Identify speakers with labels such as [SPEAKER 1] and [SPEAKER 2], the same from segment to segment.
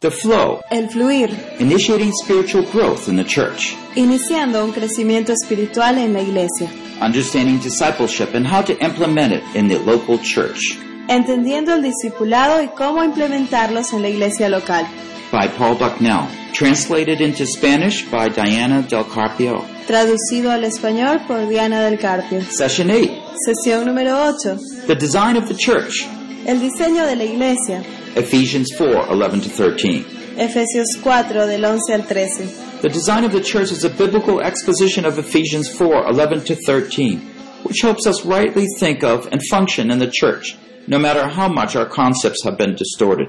[SPEAKER 1] the flow,
[SPEAKER 2] el fluir,
[SPEAKER 1] initiating spiritual growth in the church,
[SPEAKER 2] iniciando un crecimiento espiritual en la iglesia,
[SPEAKER 1] understanding discipleship and how to implement it in the local church.
[SPEAKER 2] entendiendo el discipulado y cómo implementarlos en la iglesia local.
[SPEAKER 1] By Paul Bucknell, translated into Spanish by Diana Del Carpio.
[SPEAKER 2] Traducido al español por Diana del Carpio.
[SPEAKER 1] Session 8
[SPEAKER 2] Sesión número 8.
[SPEAKER 1] The Design of the Church,
[SPEAKER 2] El diseño de la iglesia.
[SPEAKER 1] Ephesians 4 11 to 13.
[SPEAKER 2] Efesios 4 del 11 al 13.
[SPEAKER 1] The design of the church is a biblical exposition of Ephesians 4 11 to 13, which helps us rightly think of and function in the church, no matter how much our concepts have been distorted.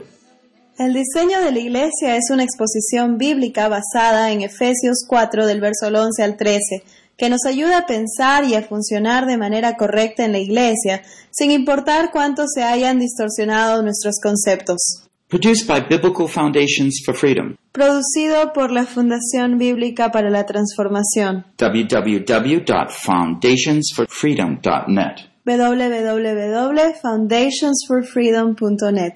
[SPEAKER 2] El diseño de la iglesia es una exposición bíblica basada en Efesios 4 del verso al 11 al 13, que nos ayuda a pensar y a funcionar de manera correcta en la iglesia, sin importar cuánto se hayan distorsionado nuestros conceptos.
[SPEAKER 1] Produced by Biblical Foundations for Freedom,
[SPEAKER 2] Producido por la Fundación Bíblica para la Transformación,
[SPEAKER 1] www.foundationsforfreedom.net.
[SPEAKER 2] www.foundationsforfreedom.net,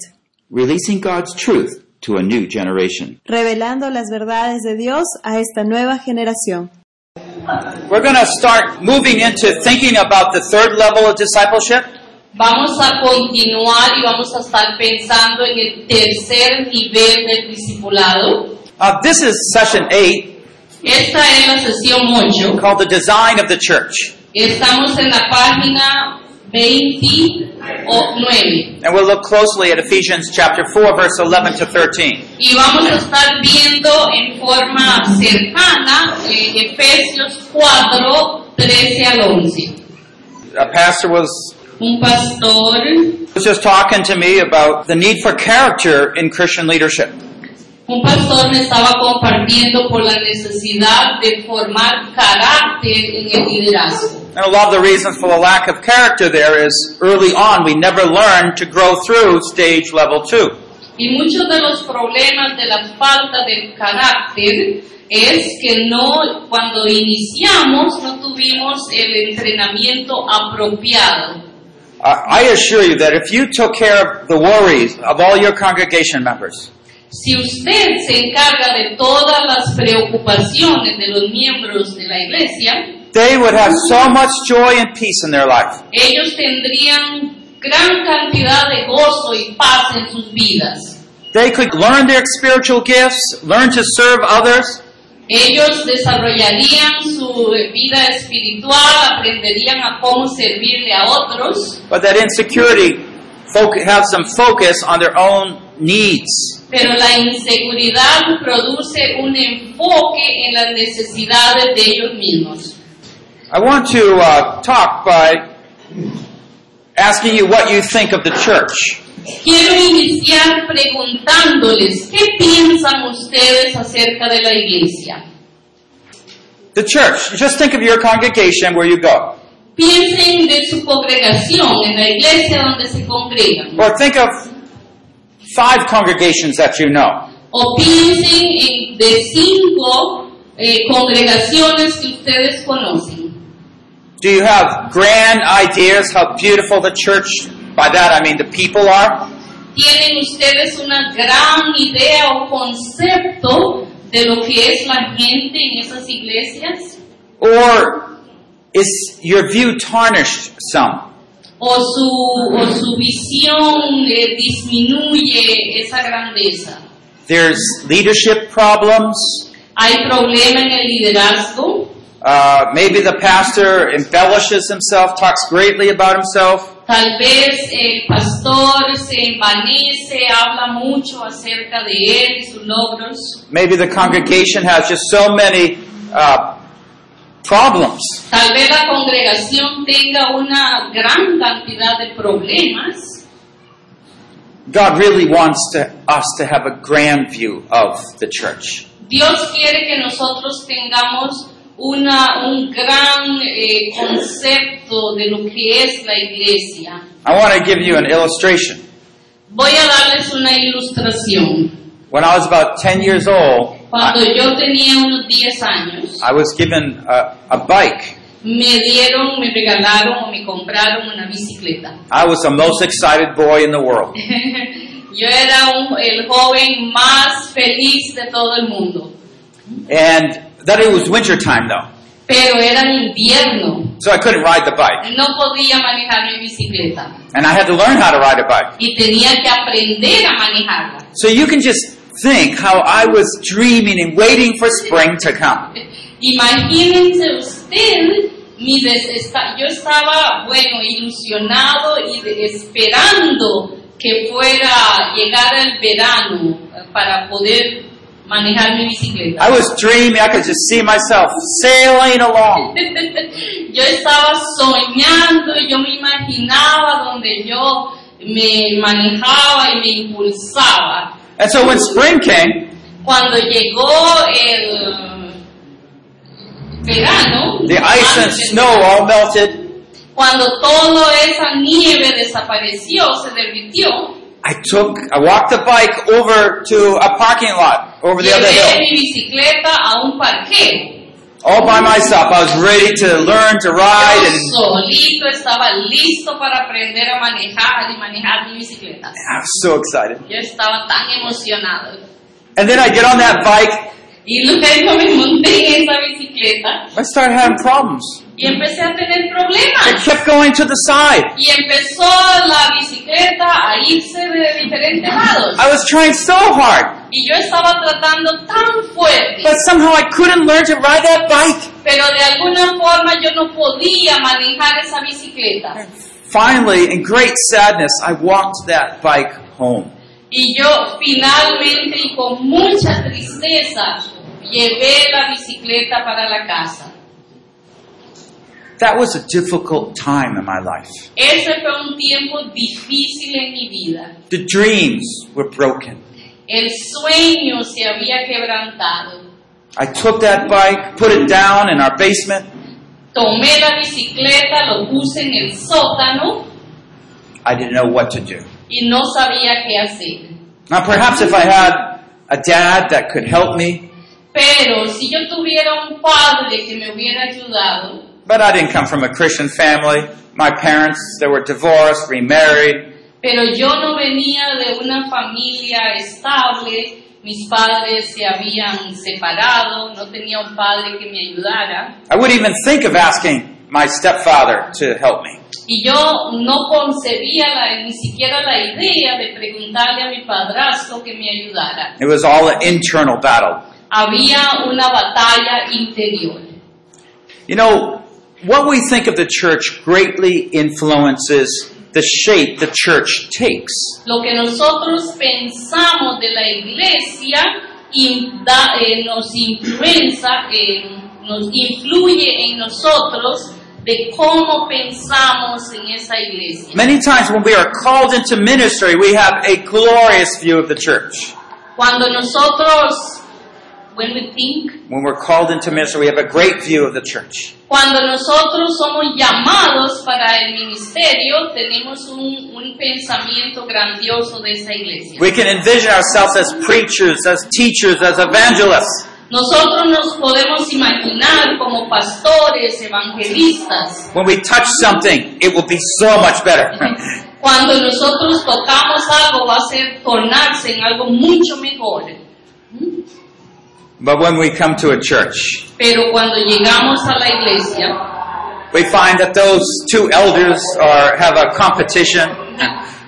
[SPEAKER 1] Releasing God's truth to a new generation.
[SPEAKER 2] revelando las verdades de Dios a esta nueva generación.
[SPEAKER 1] We're going to start moving into thinking about the third level of discipleship,
[SPEAKER 3] Vamos a continuar y vamos a estar pensando en el tercer nivel del discipulado.
[SPEAKER 1] Uh, this is session 8
[SPEAKER 3] Esta es la sesión 8.
[SPEAKER 1] called The Design of the Church.
[SPEAKER 3] Estamos en la página 29
[SPEAKER 1] And we'll look closely at Ephesians chapter 4 verse 11 to 13.
[SPEAKER 3] y vamos a estar viendo en forma cercana eh, Efesios 4, 13 al 11.
[SPEAKER 1] A Uh, pastor was
[SPEAKER 3] Un pastor
[SPEAKER 1] was just talking to me about the need for character in Christian leadership.
[SPEAKER 3] Un pastor me estaba compartiendo por la necesidad de formar carácter en el liderazgo.
[SPEAKER 1] And a lot of the reason for the lack of character there is early on we never learn to grow through stage level 2.
[SPEAKER 3] Y muchos de los problemas de la falta de carácter es que no, cuando iniciamos, no tuvimos el entrenamiento apropiado.
[SPEAKER 1] I I assure you that if you took care of the worries of all your congregation members,
[SPEAKER 3] Si usted se encarga de todas las preocupaciones de los miembros de la iglesia,
[SPEAKER 1] they would have so much joy and peace in their life.
[SPEAKER 3] ellos tendrían gran cantidad de gozo y paz en sus vidas.
[SPEAKER 1] They could learn their spiritual gifts, learn to serve others,
[SPEAKER 3] Ellos desarrollarían su vida espiritual, aprenderían a cómo servirle a otros,
[SPEAKER 1] but that insecurity foc- have some focus on their own needs.
[SPEAKER 3] pero la inseguridad produce un enfoque en las necesidades de ellos mismos.
[SPEAKER 1] I want to uh, talk by asking you what you think of the church.
[SPEAKER 3] Quiero iniciar preguntándoles, ¿qué piensan ustedes acerca de la iglesia?
[SPEAKER 1] The church. Just think of your congregation where you go,
[SPEAKER 3] Piensen de su congregación, en la iglesia donde se congregan,
[SPEAKER 1] or think of five congregations that you know.
[SPEAKER 3] o piensen en- de cinco eh, congregaciones que ustedes conocen.
[SPEAKER 1] Do you have grand ideas how beautiful the church? By that I mean the people are.
[SPEAKER 3] tienen ustedes una gran idea o concepto de lo que es la gente en esas iglesias
[SPEAKER 1] Or is your view tarnished some?
[SPEAKER 3] o su, o su visión eh, disminuye esa grandeza.
[SPEAKER 1] There's leadership problems.
[SPEAKER 3] Hay problema en el liderazgo,
[SPEAKER 1] Uh, maybe the pastor embellishes himself, talks greatly about himself.
[SPEAKER 3] tal vez eh, el pastor se envanece, habla mucho acerca de él y sus logros,
[SPEAKER 1] Maybe the congregation has just so many uh, problems.
[SPEAKER 3] tal vez la congregación tenga una gran cantidad de problemas.
[SPEAKER 1] God really wants to, us to have a grand view of the church.
[SPEAKER 3] Dios quiere que nosotros tengamos una, un gran eh, concepto de lo que es la iglesia.
[SPEAKER 1] I want to give you an illustration.
[SPEAKER 3] Voy a darles una ilustración.
[SPEAKER 1] When I was about 10 years old,
[SPEAKER 3] Cuando yo tenía unos 10 años,
[SPEAKER 1] I was given a, a bike.
[SPEAKER 3] me dieron, me regalaron o me compraron una bicicleta.
[SPEAKER 1] I was the most excited boy in the world.
[SPEAKER 3] Yo era un- el joven más feliz de todo el mundo,
[SPEAKER 1] And that it was wintertime though,
[SPEAKER 3] pero era invierno.
[SPEAKER 1] so I couldn't ride the bike.
[SPEAKER 3] No podía manejar mi bicicleta
[SPEAKER 1] And I had to learn how to ride a bike.
[SPEAKER 3] y tenía que aprender a manejarla.
[SPEAKER 1] So you can just think how I was dreaming and waiting for spring to come.
[SPEAKER 3] Imagínense usted, mi desesta- yo estaba, bueno, ilusionado y de- esperando que fuera llegar el verano eh, para poder manejar mi bicicleta.
[SPEAKER 1] I was dreaming, I could just see myself sailing along.
[SPEAKER 3] yo estaba soñando, yo me imaginaba donde yo me manejaba y me impulsaba.
[SPEAKER 1] And so when spring came,
[SPEAKER 3] Cuando llegó el verano,
[SPEAKER 1] the ice and
[SPEAKER 3] antes-
[SPEAKER 1] snow all melted.
[SPEAKER 3] cuando toda esa nieve desapareció, se derritió,
[SPEAKER 1] I took, I walked the bike over to a parking lot over the other
[SPEAKER 3] llevé
[SPEAKER 1] hill.
[SPEAKER 3] mi bicicleta a un parqueo.
[SPEAKER 1] All by myself, I was ready to learn to ride
[SPEAKER 3] Yo
[SPEAKER 1] and
[SPEAKER 3] solito estaba listo para aprender a manejar y manejar mi bicicleta.
[SPEAKER 1] I was so excited.
[SPEAKER 3] Yo estaba tan emocionado.
[SPEAKER 1] And then I get on that bike,
[SPEAKER 3] Y luego me monté en esa bicicleta
[SPEAKER 1] I started having problems.
[SPEAKER 3] y empecé a tener
[SPEAKER 1] It
[SPEAKER 3] problemas.
[SPEAKER 1] kept going to the side.
[SPEAKER 3] Y empezó la bicicleta a irse de diferentes lados.
[SPEAKER 1] I was trying so hard,
[SPEAKER 3] Y yo estaba tratando tan fuerte,
[SPEAKER 1] but somehow I couldn't learn to ride that bike.
[SPEAKER 3] pero de alguna forma yo no podía manejar esa bicicleta.
[SPEAKER 1] Finally, in great sadness, I walked that bike home.
[SPEAKER 3] Y yo finalmente y con mucha tristeza llevé la bicicleta para la casa.
[SPEAKER 1] That was a difficult time in my life.
[SPEAKER 3] Ese fue un tiempo difícil en mi vida.
[SPEAKER 1] The dreams were broken.
[SPEAKER 3] El sueño se había quebrantado.
[SPEAKER 1] I took that bike, put it down in our basement.
[SPEAKER 3] Tomé la bicicleta, lo puse en el sótano
[SPEAKER 1] I didn't know what to do.
[SPEAKER 3] y no sabía qué hacer.
[SPEAKER 1] Now, perhaps if I had a dad that could help me,
[SPEAKER 3] Pero si yo tuviera un padre que me hubiera ayudado,
[SPEAKER 1] but I didn't come from a Christian family. My parents, they were divorced, remarried.
[SPEAKER 3] pero yo no venía de una familia estable, mis padres se habían separado, no tenía un padre que me ayudara
[SPEAKER 1] I wouldn't even think of asking my stepfather to help me.
[SPEAKER 3] y yo no concebía la- ni siquiera la idea de preguntarle a mi padrastro que me ayudara.
[SPEAKER 1] It was all an internal battle.
[SPEAKER 3] había una batalla interior.
[SPEAKER 1] You know, what we think of the church greatly influences the shape the church takes.
[SPEAKER 3] Lo que nosotros pensamos de la iglesia in- da- eh, nos influenza, en- nos influye en nosotros de cómo pensamos en esa iglesia.
[SPEAKER 1] Many times when we are called into ministry, we have a glorious view of the church.
[SPEAKER 3] Cuando nosotros, when we think,
[SPEAKER 1] When we're called into ministry, we have a great view of the church.
[SPEAKER 3] cuando nosotros somos llamados para el ministerio, tenemos un, un pensamiento grandioso de esa iglesia.
[SPEAKER 1] We can envision ourselves as preachers, as teachers, as evangelists.
[SPEAKER 3] Nosotros nos podemos imaginar como pastores, evangelistas.
[SPEAKER 1] When we touch something, it will be so much better.
[SPEAKER 3] Cuando nosotros tocamos algo va a ser tornarse en algo mucho mejor.
[SPEAKER 1] but when we come to a church,
[SPEAKER 3] Pero cuando llegamos a la iglesia,
[SPEAKER 1] we find that those two elders are, have a competition.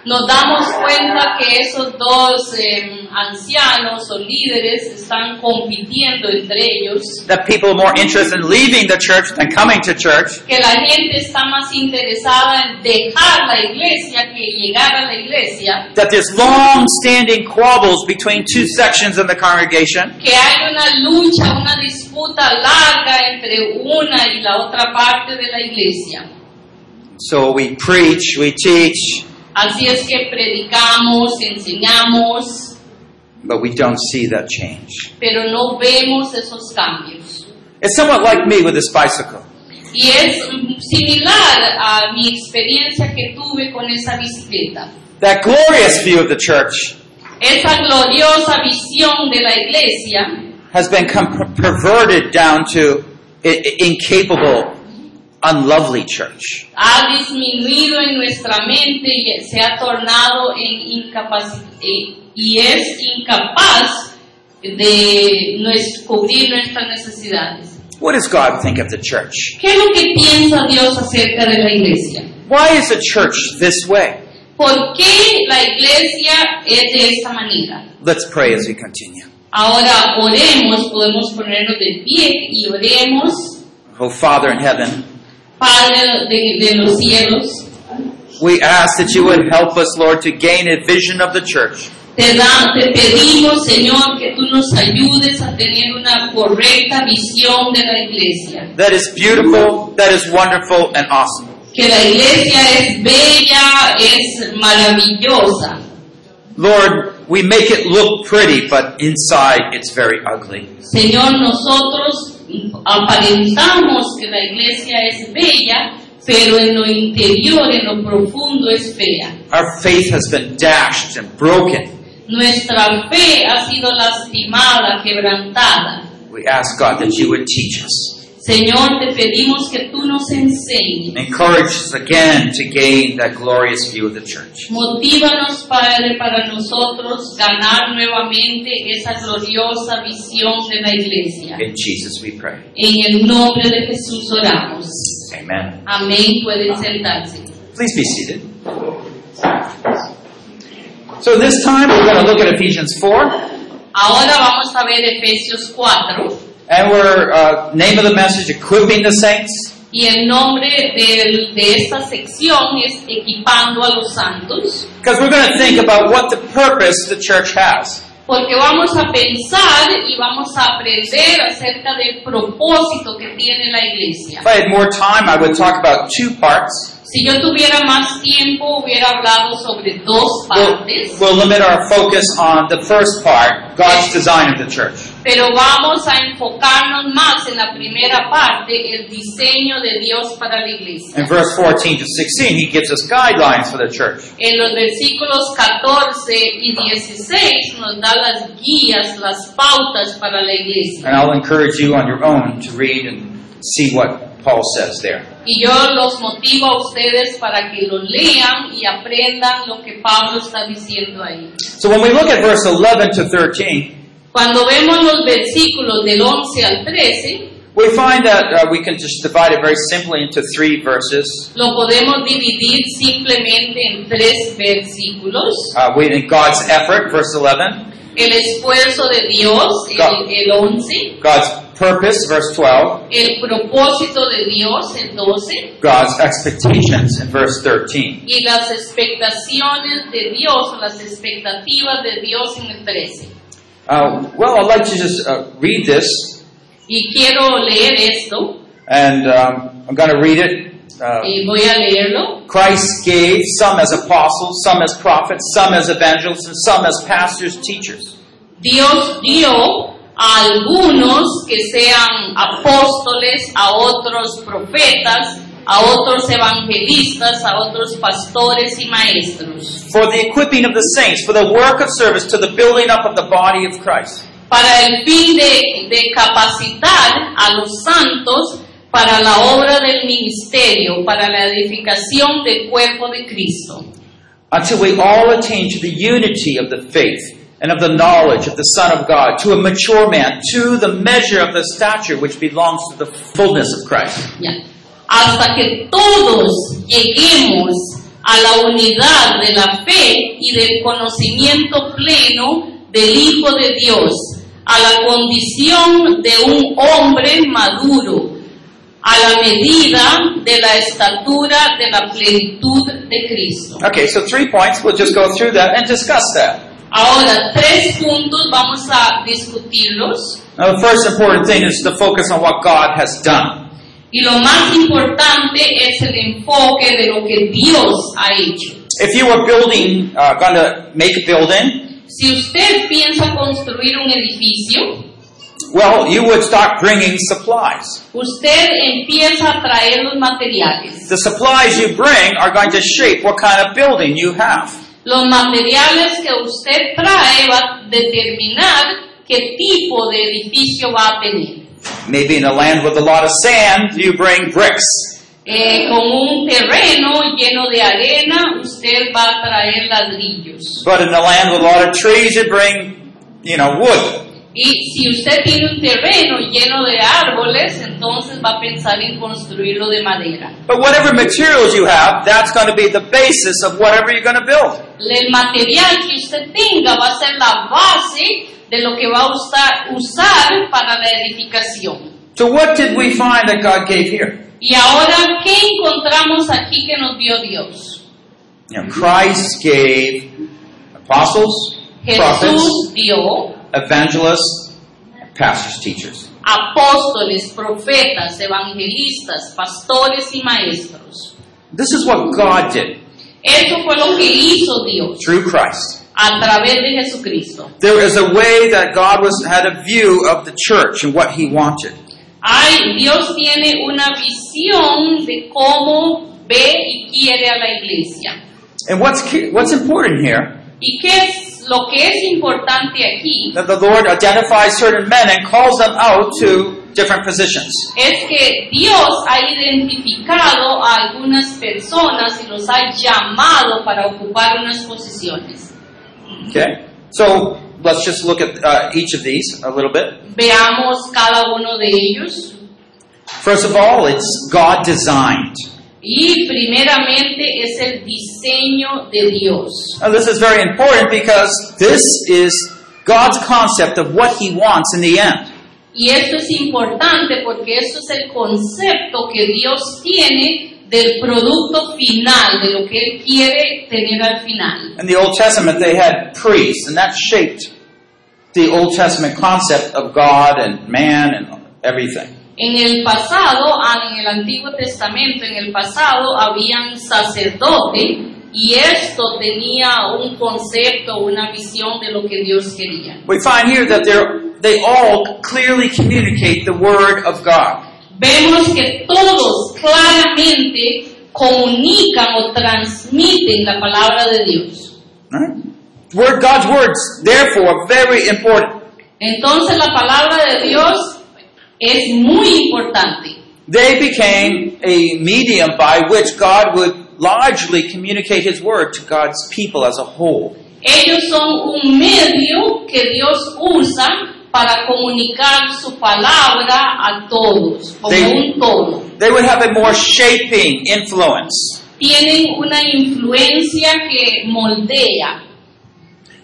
[SPEAKER 3] nos damos cuenta que esos dos eh, ancianos o líderes están compitiendo entre ellos,
[SPEAKER 1] that people are more interested in leaving the church than coming to church.
[SPEAKER 3] que la gente está más interesada en dejar la iglesia que llegar a la iglesia.
[SPEAKER 1] That there's long-standing quabbles between two sections in the congregation.
[SPEAKER 3] que hay una lucha, una disputa larga entre una y la otra parte de la iglesia.
[SPEAKER 1] So we preach, we teach,
[SPEAKER 3] Así es que predicamos, enseñamos,
[SPEAKER 1] but we don't see that change.
[SPEAKER 3] pero no vemos esos cambios.
[SPEAKER 1] It's somewhat like me with this bicycle.
[SPEAKER 3] Y es mm, similar a mi experiencia que tuve con esa bicicleta.
[SPEAKER 1] That glorious view of the church
[SPEAKER 3] Esa gloriosa visión de la iglesia
[SPEAKER 1] has been com- perverted down to I- I- incapable unlovely church.
[SPEAKER 3] ha disminuido en nuestra mente y se ha tornado en incapaci- eh, y es incapaz de nues- cubrir nuestras necesidades.
[SPEAKER 1] What does God think of the church?
[SPEAKER 3] ¿Qué es lo que piensa Dios acerca de la iglesia?
[SPEAKER 1] Why is the church this way?
[SPEAKER 3] ¿Por qué la iglesia es de esta manera?
[SPEAKER 1] Let's pray as we continue.
[SPEAKER 3] Ahora oremos, podemos ponernos de pie y oremos,
[SPEAKER 1] Oh, Father in heaven,
[SPEAKER 3] Padre de, de los cielos.
[SPEAKER 1] we ask that you would help us, Lord, to gain a vision of the church
[SPEAKER 3] Te, da- te pedimos, Señor, que tú nos ayudes a tener una correcta visión de la iglesia.
[SPEAKER 1] that is beautiful, that is wonderful, and awesome.
[SPEAKER 3] Que la iglesia es bella, es maravillosa.
[SPEAKER 1] Lord, we make it look pretty, but inside it's very ugly.
[SPEAKER 3] Señor, nosotros aparentamos que la iglesia es bella, pero en lo interior, en lo profundo, es fea.
[SPEAKER 1] Our faith has been dashed and broken.
[SPEAKER 3] Nuestra fe ha sido lastimada, quebrantada.
[SPEAKER 1] We ask, God, that you would teach us,
[SPEAKER 3] Señor, te pedimos que tú nos enseñes.
[SPEAKER 1] encourage us again to gain that glorious view of the church.
[SPEAKER 3] Motívanos, Padre, para nosotros ganar nuevamente esa gloriosa visión de la iglesia.
[SPEAKER 1] In Jesus we pray.
[SPEAKER 3] En el nombre de Jesús oramos.
[SPEAKER 1] Amen.
[SPEAKER 3] Amén. Pueden sentarse.
[SPEAKER 1] Please be seated. So this time we're going to look at Ephesians 4,
[SPEAKER 3] Ahora vamos a ver Efesios 4
[SPEAKER 1] and we're, uh, name of the message, equipping the saints.
[SPEAKER 3] y el nombre del- de esta sección es Equipando a los Santos,
[SPEAKER 1] Because we're going to think about what the purpose the church has.
[SPEAKER 3] porque vamos a pensar y vamos a aprender acerca del propósito que tiene la iglesia.
[SPEAKER 1] If I had more time, I would talk about two parts.
[SPEAKER 3] Si yo tuviera más tiempo, hubiera hablado sobre dos
[SPEAKER 1] We'll,
[SPEAKER 3] partes,
[SPEAKER 1] we'll limit our focus on the first part, God's design of the church.
[SPEAKER 3] pero vamos a enfocarnos más en la primera parte, el diseño de Dios para la iglesia.
[SPEAKER 1] In verse 14 to 16, he gives us guidelines for the church.
[SPEAKER 3] En los versículos 14 y 16 nos da las guías, las pautas para la iglesia.
[SPEAKER 1] And I'll encourage you on your own to read and see what Paul says there.
[SPEAKER 3] Y yo los motivo a ustedes para que lo lean y aprendan lo que Pablo está diciendo ahí.
[SPEAKER 1] So when we look at verse 11 to 13,
[SPEAKER 3] Cuando vemos los versículos del 11 al 13,
[SPEAKER 1] we find that uh, we can just divide it very simply into three verses.
[SPEAKER 3] Lo podemos dividir simplemente en tres versículos.
[SPEAKER 1] Uh, we, in God's effort, verse 11,
[SPEAKER 3] El esfuerzo de Dios,
[SPEAKER 1] Claro.
[SPEAKER 3] el, el 11.
[SPEAKER 1] God's purpose, verse 12,
[SPEAKER 3] El propósito de Dios, el 12.
[SPEAKER 1] God's expectations in verse 13.
[SPEAKER 3] Y las expectaciones de Dios, las expectativas de Dios en el 13.
[SPEAKER 1] Uh, well, I'd like to just uh, read this,
[SPEAKER 3] Y quiero leer esto,
[SPEAKER 1] and um, I'm going to read it. Uh,
[SPEAKER 3] y voy a leerlo.
[SPEAKER 1] Christ gave some as apostles, some as prophets, some as evangelists, and some as pastors, teachers.
[SPEAKER 3] Dios dio a algunos que sean apóstoles, a otros profetas, a otros evangelistas, a otros pastores y maestros,
[SPEAKER 1] For the equipping of the saints, for the work of service to the building up of the body of Christ.
[SPEAKER 3] para el fin de, de capacitar a los santos para la obra del ministerio, para la edificación del cuerpo de Cristo,
[SPEAKER 1] until we all attain to the unity of the faith and of the knowledge of the Son of God, to a mature man, to the measure of the stature which belongs to the fullness of Christ.
[SPEAKER 3] Ya. hasta que todos lleguemos a la unidad de la fe y del conocimiento pleno del Hijo de Dios, a la condición de un hombre maduro, a la medida de la estatura de la plenitud de Cristo.
[SPEAKER 1] Okay, so three points. We'll just go through that and discuss that.
[SPEAKER 3] Ahora, tres puntos vamos a discutirlos
[SPEAKER 1] Now, the first important thing is to focus on what God has done.
[SPEAKER 3] y lo más importante es el enfoque de lo que Dios ha hecho.
[SPEAKER 1] If you were building, uh, going to make a building,
[SPEAKER 3] Si usted piensa construir un edificio,
[SPEAKER 1] well, you would start bringing supplies.
[SPEAKER 3] usted empieza a traer los materiales.
[SPEAKER 1] The supplies you bring are going to shape what kind of building you have.
[SPEAKER 3] Los materiales que usted trae va a determinar qué tipo de edificio va a tener.
[SPEAKER 1] Maybe in a land with a lot of sand, you bring bricks.
[SPEAKER 3] eh, con un terreno lleno de arena, usted va a traer ladrillos.
[SPEAKER 1] But in a land with a lot of trees, you bring, you know, wood.
[SPEAKER 3] Y si usted tiene un terreno lleno de árboles, entonces va a pensar en construirlo de madera.
[SPEAKER 1] But whatever materials you have, that's going to be the basis of whatever you're going to build.
[SPEAKER 3] El material que usted tenga va a ser la base de lo que va a usar, usar para la edificación.
[SPEAKER 1] So what did we find that God gave here?
[SPEAKER 3] Y ahora, ¿qué encontramos aquí que nos dio Dios?
[SPEAKER 1] You know, Christ gave apostles, prophets,
[SPEAKER 3] Jesús dio
[SPEAKER 1] evangelists, pastors, teachers.
[SPEAKER 3] apóstoles, profetas, evangelistas, pastores y maestros.
[SPEAKER 1] This is what God did
[SPEAKER 3] Eso fue lo que hizo Dios
[SPEAKER 1] through Christ.
[SPEAKER 3] a través de Jesucristo.
[SPEAKER 1] There is a way that God was had a view of the church and what He wanted.
[SPEAKER 3] Ay, Dios tiene una visión de cómo ve y quiere a la iglesia.
[SPEAKER 1] And what's ki- what's important here
[SPEAKER 3] ¿Y qué es lo que es importante aquí?
[SPEAKER 1] that the Lord identifies certain men and calls them out to different positions.
[SPEAKER 3] Es que Dios ha identificado a algunas personas y los ha llamado para ocupar unas posiciones.
[SPEAKER 1] Okay, so let's just look at uh, each of these a little bit.
[SPEAKER 3] Veamos cada uno de ellos.
[SPEAKER 1] First of all, it's God designed.
[SPEAKER 3] Y primeramente es el diseño de Dios.
[SPEAKER 1] Now, this is very important because this is God's concept of what He wants in the end.
[SPEAKER 3] Y esto es importante porque esto es el concepto que Dios tiene del producto final, de lo que Él quiere tener al final.
[SPEAKER 1] In the Old Testament, they had priests, and that shaped the Old Testament concept of God and man and everything.
[SPEAKER 3] En el pasado, ah, en el Antiguo Testamento, en el pasado, había un sacerdote y esto tenía un concepto, una visión de lo que Dios quería.
[SPEAKER 1] We find here that they're, they all clearly communicate the Word of God.
[SPEAKER 3] vemos que todos claramente comunican o transmiten la palabra de Dios.
[SPEAKER 1] Right? Word, God's words, therefore, very important.
[SPEAKER 3] Entonces la palabra de Dios es muy importante.
[SPEAKER 1] They became a medium by which God would largely communicate His Word to God's people as a whole.
[SPEAKER 3] Ellos son un medio que Dios usa para comunicar su palabra a todos, como
[SPEAKER 1] Sí.
[SPEAKER 3] un todo.
[SPEAKER 1] They would have a more shaping influence.
[SPEAKER 3] Tienen una influencia que moldea.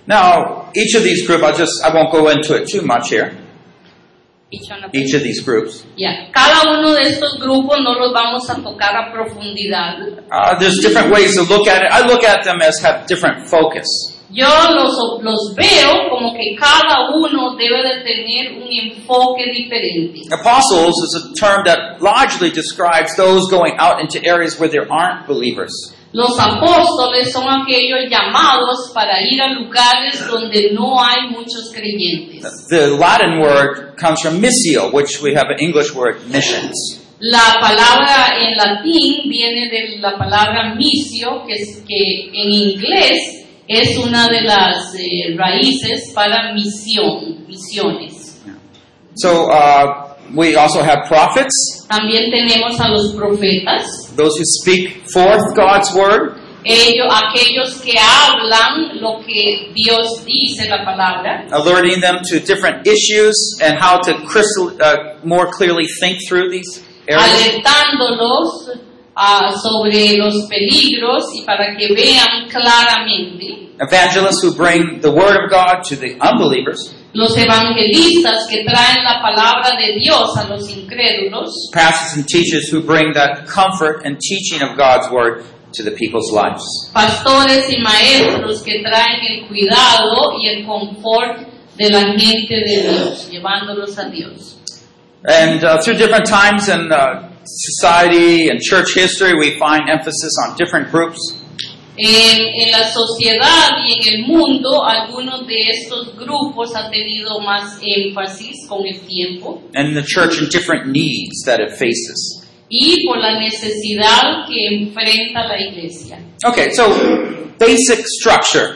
[SPEAKER 1] Now, each of these groups, I'll just, I won't go into it too much here. Each of these groups.
[SPEAKER 3] Ya, Cada uno de estos grupos no los vamos a tocar a profundidad.
[SPEAKER 1] Uh, there's different ways to look at it. I look at them as have different focus.
[SPEAKER 3] Yo los, los veo como que cada uno debe de tener un enfoque diferente.
[SPEAKER 1] Apostles is a term that largely describes those going out into areas where there aren't believers.
[SPEAKER 3] Los apóstoles son aquellos llamados para ir a lugares donde no hay muchos creyentes.
[SPEAKER 1] The Latin word comes from missio, which we have an English word, missions.
[SPEAKER 3] La palabra en latín viene de la palabra misio, que, es, que en inglés es una de las eh, raíces para misión, misiones.
[SPEAKER 1] So uh, we also have prophets,
[SPEAKER 3] También tenemos a los profetas,
[SPEAKER 1] those who speak forth God's word.
[SPEAKER 3] ellos, aquellos que hablan lo que Dios dice la palabra,
[SPEAKER 1] alerting uh, them to different issues and how to crystal, uh, more clearly think through these areas.
[SPEAKER 3] alertándolos ah, sobre los peligros y para que vean claramente.
[SPEAKER 1] Evangelists who bring the word of God to the unbelievers.
[SPEAKER 3] Los evangelistas que traen la palabra de Dios a los incrédulos,
[SPEAKER 1] Pastors and teachers who bring that comfort and teaching of God's word to the people's lives.
[SPEAKER 3] pastores y maestros que traen el cuidado y el confort de la gente de Dios, llevándolos a Dios.
[SPEAKER 1] And uh, through different times in uh, society and church history, we find emphasis on different groups.
[SPEAKER 3] En, en la sociedad y en el mundo, algunos de estos grupos han tenido más énfasis con el tiempo
[SPEAKER 1] And the church and different needs that it faces.
[SPEAKER 3] y por la necesidad que enfrenta la iglesia.
[SPEAKER 1] Okay, so basic structure.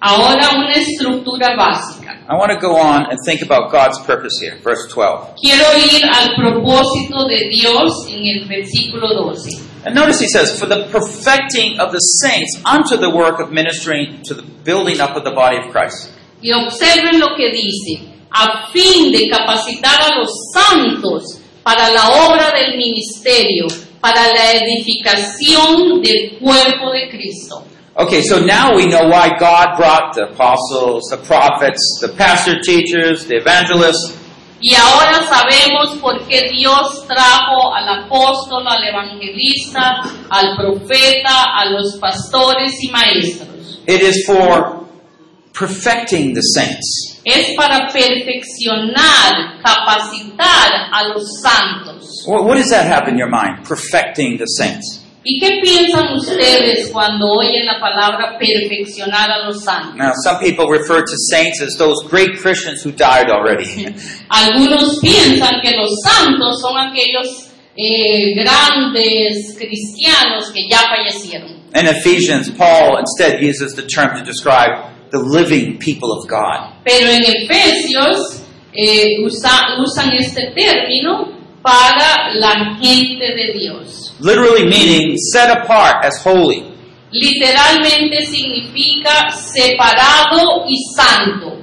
[SPEAKER 3] Ahora una estructura básica.
[SPEAKER 1] I want to go on and think about God's purpose here, verse 12.
[SPEAKER 3] Quiero ir al propósito de Dios en el versículo 12.
[SPEAKER 1] And notice he says, For the perfecting of the saints unto the work of ministering to the building up of the body of Christ.
[SPEAKER 3] Y observen lo que dice, a fin de capacitar a los santos para la obra del ministerio, para la edificación del cuerpo de Cristo.
[SPEAKER 1] Okay, so now we know why God brought the apostles, the prophets, the pastor teachers, the evangelists,
[SPEAKER 3] Y ahora sabemos por qué Dios trajo al apóstol, al evangelista, al profeta, a los pastores y maestros.
[SPEAKER 1] It is for perfecting the saints.
[SPEAKER 3] Es para perfeccionar, capacitar a los santos.
[SPEAKER 1] What, what does that have in your mind? Perfecting the saints.
[SPEAKER 3] ¿Y qué piensan ustedes cuando oyen la palabra perfeccionar a los santos?
[SPEAKER 1] Now, some people refer to saints as those great Christians who died already.
[SPEAKER 3] Algunos piensan que los santos son aquellos eh, grandes cristianos que ya fallecieron.
[SPEAKER 1] In Ephesians, Paul instead uses the term to describe the living people of God.
[SPEAKER 3] Pero en Efesios eh, usa- usan este término para la gente de Dios.
[SPEAKER 1] Literally meaning set apart as holy.
[SPEAKER 3] Literalmente significa separado y santo.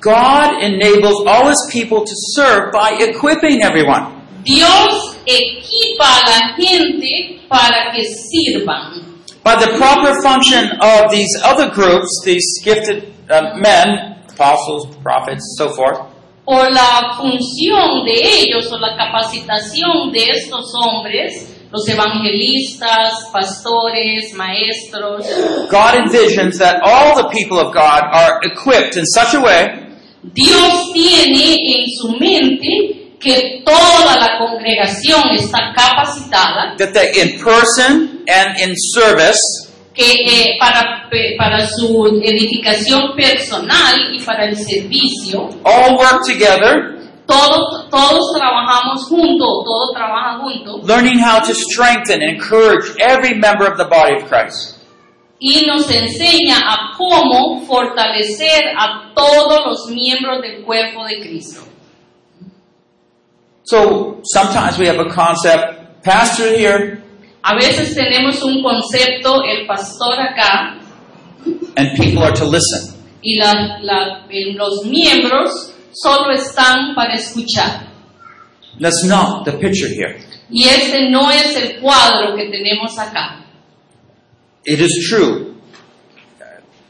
[SPEAKER 1] God enables all his people to serve by equipping everyone.
[SPEAKER 3] Dios equipa a la gente para que sirvan.
[SPEAKER 1] By the proper function of these other groups, these gifted uh, men, apostles, prophets, so forth,
[SPEAKER 3] Por la función de ellos o la capacitación de estos hombres, los evangelistas, pastores, maestros,
[SPEAKER 1] God envisions that all the people of God are equipped in such a way
[SPEAKER 3] Dios tiene en su mente que toda la congregación está capacitada
[SPEAKER 1] that they, in person and in service,
[SPEAKER 3] que, eh, para, pe- para su edificación personal y para el servicio.
[SPEAKER 1] all work together,
[SPEAKER 3] Todos, todos trabajamos juntos, todos trabajan juntos
[SPEAKER 1] learning how to strengthen and encourage every member of the body of Christ.
[SPEAKER 3] y nos enseña a cómo fortalecer a todos los miembros del cuerpo de Cristo.
[SPEAKER 1] So sometimes we have a concept, pastor here
[SPEAKER 3] A veces tenemos un concepto, el pastor acá,
[SPEAKER 1] and people are to listen.
[SPEAKER 3] y la- la- eh, los miembros solo están para escuchar.
[SPEAKER 1] That's not the picture here.
[SPEAKER 3] Y este no es el cuadro que tenemos acá.
[SPEAKER 1] It is true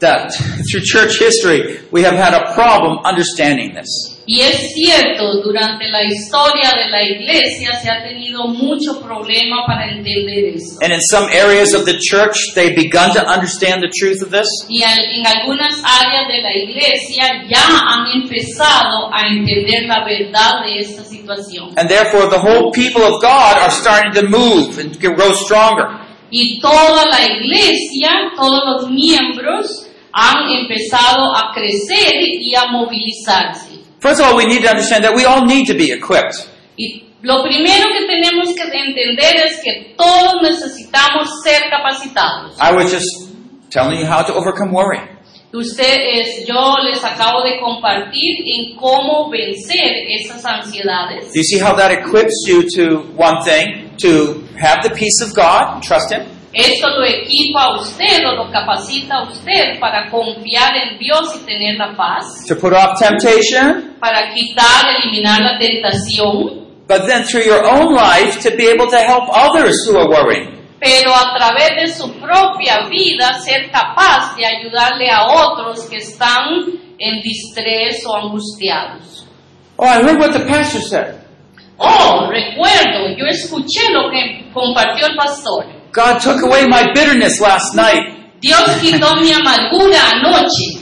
[SPEAKER 1] that through church history we have had a problem understanding this.
[SPEAKER 3] Y es cierto, durante la historia de la iglesia se ha tenido mucho problema para entender eso.
[SPEAKER 1] And in some areas of the church, they've begun to understand the truth of this.
[SPEAKER 3] Y al- en algunas áreas de la iglesia ya han empezado a entender la verdad de esta situación.
[SPEAKER 1] And therefore, the whole people of God are starting to move and to grow stronger.
[SPEAKER 3] Y toda la iglesia, todos los miembros han empezado a crecer y a movilizarse.
[SPEAKER 1] First of all, we need to understand that we all need to be equipped.
[SPEAKER 3] Y lo primero que tenemos que entender es que todos necesitamos ser capacitados.
[SPEAKER 1] I was just telling you how to overcome worry.
[SPEAKER 3] Ustedes, yo les acabo de compartir en cómo vencer esas ansiedades.
[SPEAKER 1] Do you see how that equips you to one thing, to have the peace of God and trust Him?
[SPEAKER 3] Esto lo equipa a usted o lo capacita a usted para confiar en Dios y tener la paz,
[SPEAKER 1] To put off temptation,
[SPEAKER 3] para quitar, eliminar la tentación,
[SPEAKER 1] but then through your own life to be able to help others who are worrying.
[SPEAKER 3] pero a través de su propia vida ser capaz de ayudarle a otros que están en distrés o angustiados.
[SPEAKER 1] Oh, I heard what the pastor said.
[SPEAKER 3] Oh, recuerdo, yo escuché lo que compartió el pastor.
[SPEAKER 1] God took away my bitterness last night.
[SPEAKER 3] Dios quitó mi amargura anoche.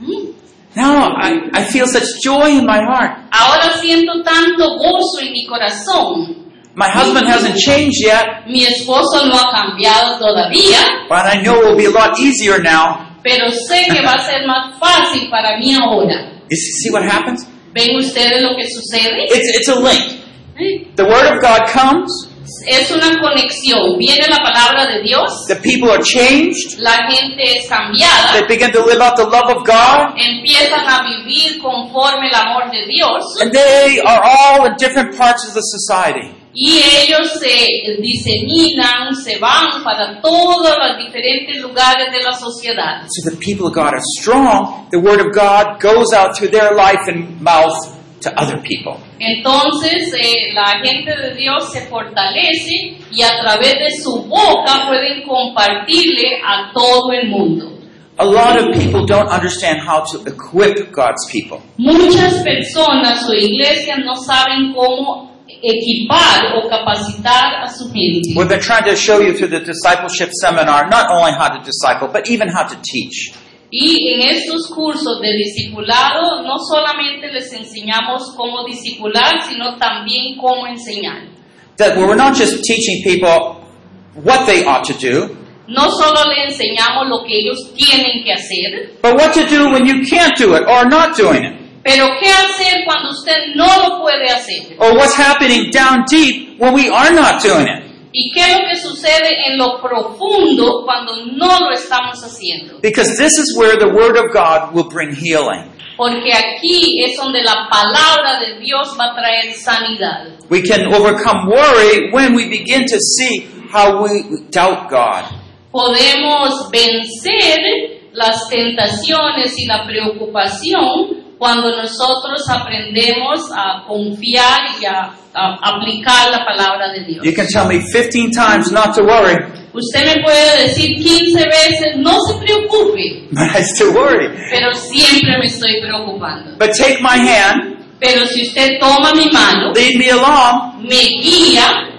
[SPEAKER 3] ¿Mm?
[SPEAKER 1] Now I, I feel such joy in my heart.
[SPEAKER 3] Ahora siento tanto gozo en mi corazón.
[SPEAKER 1] My husband hasn't changed yet,
[SPEAKER 3] Mi esposo no ha cambiado todavía,
[SPEAKER 1] but I know it will be a lot easier now.
[SPEAKER 3] pero sé que va a ser más fácil para mí ahora.
[SPEAKER 1] You see see what happens?
[SPEAKER 3] ¿Ven ustedes lo que sucede?
[SPEAKER 1] It's, it's a link.
[SPEAKER 3] ¿Eh?
[SPEAKER 1] The Word of God comes,
[SPEAKER 3] Es una conexión. Viene la palabra de Dios,
[SPEAKER 1] The people are changed.
[SPEAKER 3] la gente es
[SPEAKER 1] They
[SPEAKER 3] cambiada,
[SPEAKER 1] begin to live out the love of God.
[SPEAKER 3] empiezan a vivir conforme el amor de Dios
[SPEAKER 1] And they are all in different parts of the society.
[SPEAKER 3] y ellos se diseminan, se van para todos los diferentes lugares de la sociedad.
[SPEAKER 1] So the people of God are strong. The word of God goes out through their life and mouth to other people.
[SPEAKER 3] Entonces eh, la gente de Dios se fortalece y a través de su boca pueden compartirle a todo el mundo.
[SPEAKER 1] A lot of people don't understand how to equip God's people.
[SPEAKER 3] Muchas personas o iglesias no saben cómo equipar o capacitar a su gente.
[SPEAKER 1] We've been trying to show you through the discipleship seminar not only how to disciple, but even how to teach.
[SPEAKER 3] Y en estos cursos de discipulado no solamente les enseñamos cómo discipular, sino también cómo enseñar.
[SPEAKER 1] That we're not just teaching people what they ought to do,
[SPEAKER 3] No solo les enseñamos lo que ellos tienen que hacer,
[SPEAKER 1] but what to do when you can't do it or not doing it,
[SPEAKER 3] Pero ¿qué hacer cuando usted no lo puede hacer?
[SPEAKER 1] or what's happening down deep when we are not doing it.
[SPEAKER 3] ¿Y qué es lo que sucede en lo profundo cuando no lo estamos haciendo?
[SPEAKER 1] Because this is where the Word of God will bring healing.
[SPEAKER 3] Porque aquí es donde la palabra de Dios va a traer sanidad.
[SPEAKER 1] We can overcome worry when we begin to see how we doubt God.
[SPEAKER 3] Podemos vencer las tentaciones y la preocupación cuando nosotros aprendemos a confiar y a, a aplicar la palabra de Dios.
[SPEAKER 1] You can tell me 15 times not to worry,
[SPEAKER 3] Usted me puede decir 15 veces, no se preocupe,
[SPEAKER 1] but I still worry.
[SPEAKER 3] pero siempre me estoy preocupando.
[SPEAKER 1] But take my hand,
[SPEAKER 3] Pero si usted toma mi mano,
[SPEAKER 1] lead me along,
[SPEAKER 3] me guía,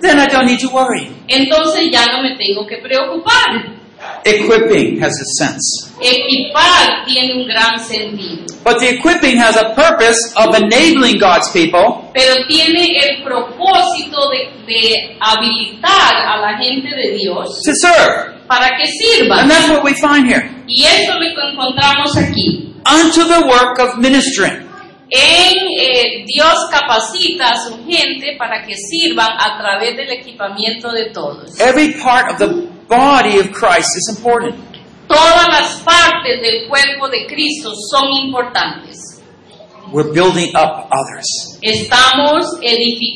[SPEAKER 1] then I don't need to worry.
[SPEAKER 3] entonces ya no me tengo que preocupar.
[SPEAKER 1] Equipping has a sense.
[SPEAKER 3] Equipar tiene un gran sentido,
[SPEAKER 1] But the equipping has a purpose of enabling God's people
[SPEAKER 3] pero tiene el propósito de, de habilitar a la gente de Dios
[SPEAKER 1] to serve.
[SPEAKER 3] para que sirva.
[SPEAKER 1] And that's what we find here.
[SPEAKER 3] Y eso lo que encontramos aquí.
[SPEAKER 1] Unto the work of ministering.
[SPEAKER 3] En eh, Dios capacita a su gente para que sirvan a través del equipamiento de todos.
[SPEAKER 1] Every part of the body of Christ is important.
[SPEAKER 3] Todas las partes del cuerpo de Cristo son importantes.
[SPEAKER 1] We're building up others.
[SPEAKER 3] Estamos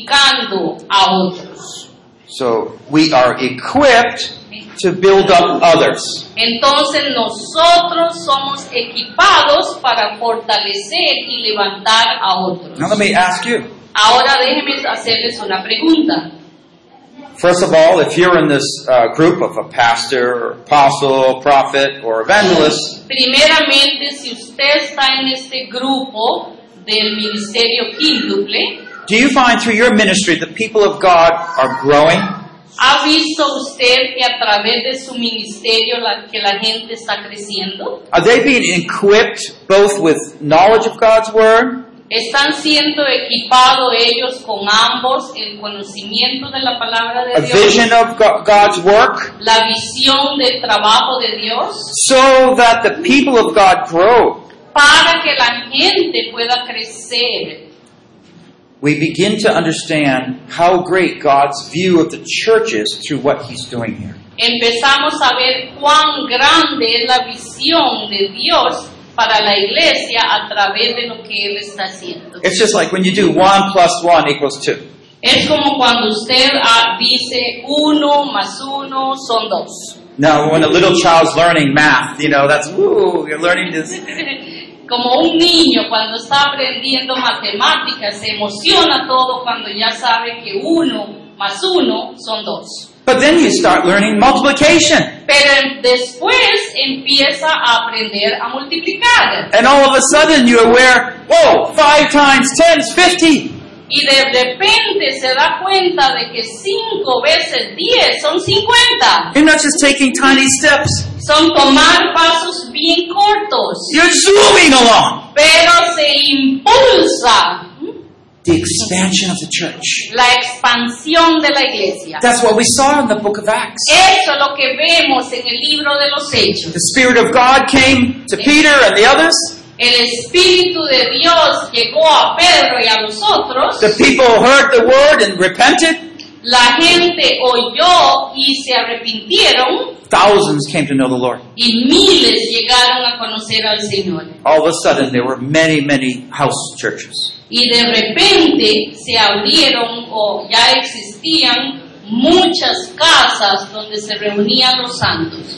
[SPEAKER 3] edificando a otros.
[SPEAKER 1] So we are equipped to build up others.
[SPEAKER 3] Entonces nosotros somos equipados para fortalecer y levantar a otros.
[SPEAKER 1] Now let me ask you.
[SPEAKER 3] Ahora déjenme hacerles una pregunta.
[SPEAKER 1] First of all, if you're in this uh, group of a pastor, apostle, prophet, or evangelist,
[SPEAKER 3] Primeramente, si usted está en este grupo del ministerio quíntuple,
[SPEAKER 1] do you find through your ministry the people of God are growing?
[SPEAKER 3] ¿ha visto usted que a través de su ministerio la, que la gente está creciendo?
[SPEAKER 1] Are they being equipped both with knowledge of God's word
[SPEAKER 3] Están siendo equipados ellos con ambos el conocimiento de la palabra
[SPEAKER 1] a
[SPEAKER 3] de Dios,
[SPEAKER 1] vision of Go- God's work
[SPEAKER 3] la visión del trabajo de Dios,
[SPEAKER 1] so that the people of God grow?
[SPEAKER 3] para que la gente pueda crecer.
[SPEAKER 1] We begin to understand how great God's view of the church is through what he's doing here.
[SPEAKER 3] Empezamos a ver cuán grande es la visión de Dios para la iglesia a través de lo que Él está haciendo.
[SPEAKER 1] It's just like when you do 1 plus 1 equals 2.
[SPEAKER 3] Es como cuando usted ah, dice uno más uno son dos.
[SPEAKER 1] Now, when a little child's learning math, you know, that's, ooh, you're learning this.
[SPEAKER 3] Como un niño cuando está aprendiendo matemáticas, se emociona todo cuando ya sabe que uno más uno son dos.
[SPEAKER 1] But then you start learning multiplication.
[SPEAKER 3] Pero em- después empieza a aprender a multiplicar.
[SPEAKER 1] And all of a sudden you're aware, whoa, 5 times 10 is 50.
[SPEAKER 3] Y de repente se da cuenta de que 5 veces 10 son 50.
[SPEAKER 1] You're not just taking tiny steps,
[SPEAKER 3] Son tomar pasos bien cortos.
[SPEAKER 1] you're zooming along.
[SPEAKER 3] Pero se impulsa
[SPEAKER 1] The expansion of the church.
[SPEAKER 3] la expansión de la iglesia.
[SPEAKER 1] That's what we saw in the book of Acts.
[SPEAKER 3] Eso es lo que vemos en el libro de los Hechos.
[SPEAKER 1] The Spirit of God came to Peter and the others.
[SPEAKER 3] El Espíritu de Dios llegó a Pedro y a los otros.
[SPEAKER 1] The people heard the word and repented.
[SPEAKER 3] la gente oyó y se arrepintieron
[SPEAKER 1] Thousands came to know the Lord.
[SPEAKER 3] y miles llegaron a conocer al Señor.
[SPEAKER 1] All of a sudden, there were many, many house churches.
[SPEAKER 3] Y de repente se abrieron o ya existían muchas casas donde se reunían los santos.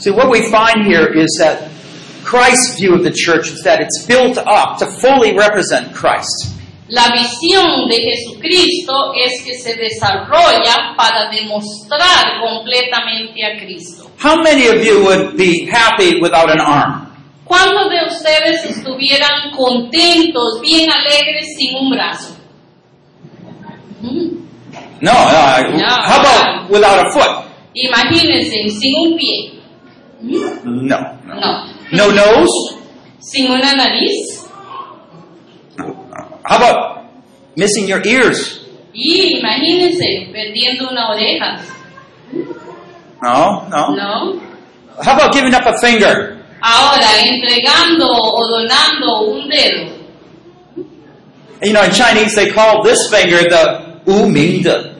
[SPEAKER 1] See, what we find here is that Christ's view of the church is that it's built up to fully represent Christ.
[SPEAKER 3] La visión de Jesucristo es que se desarrolla para demostrar completamente a Cristo.
[SPEAKER 1] How many of you would be happy without an arm?
[SPEAKER 3] ¿Cuántos de ustedes estuvieran contentos, bien alegres, sin un brazo? Mm.
[SPEAKER 1] No, no. I,
[SPEAKER 3] No.
[SPEAKER 1] How about without a foot?
[SPEAKER 3] Imagínense, sin un pie. Mm.
[SPEAKER 1] No, no.
[SPEAKER 3] No.
[SPEAKER 1] No nose?
[SPEAKER 3] Sin una nariz.
[SPEAKER 1] How about missing your ears?
[SPEAKER 3] Y imagínense, perdiendo una oreja.
[SPEAKER 1] No, no.
[SPEAKER 3] ¿No?
[SPEAKER 1] How about giving up a finger?
[SPEAKER 3] Ahora, entregando o donando un dedo.
[SPEAKER 1] You know, in Chinese, they call this finger the u ming de,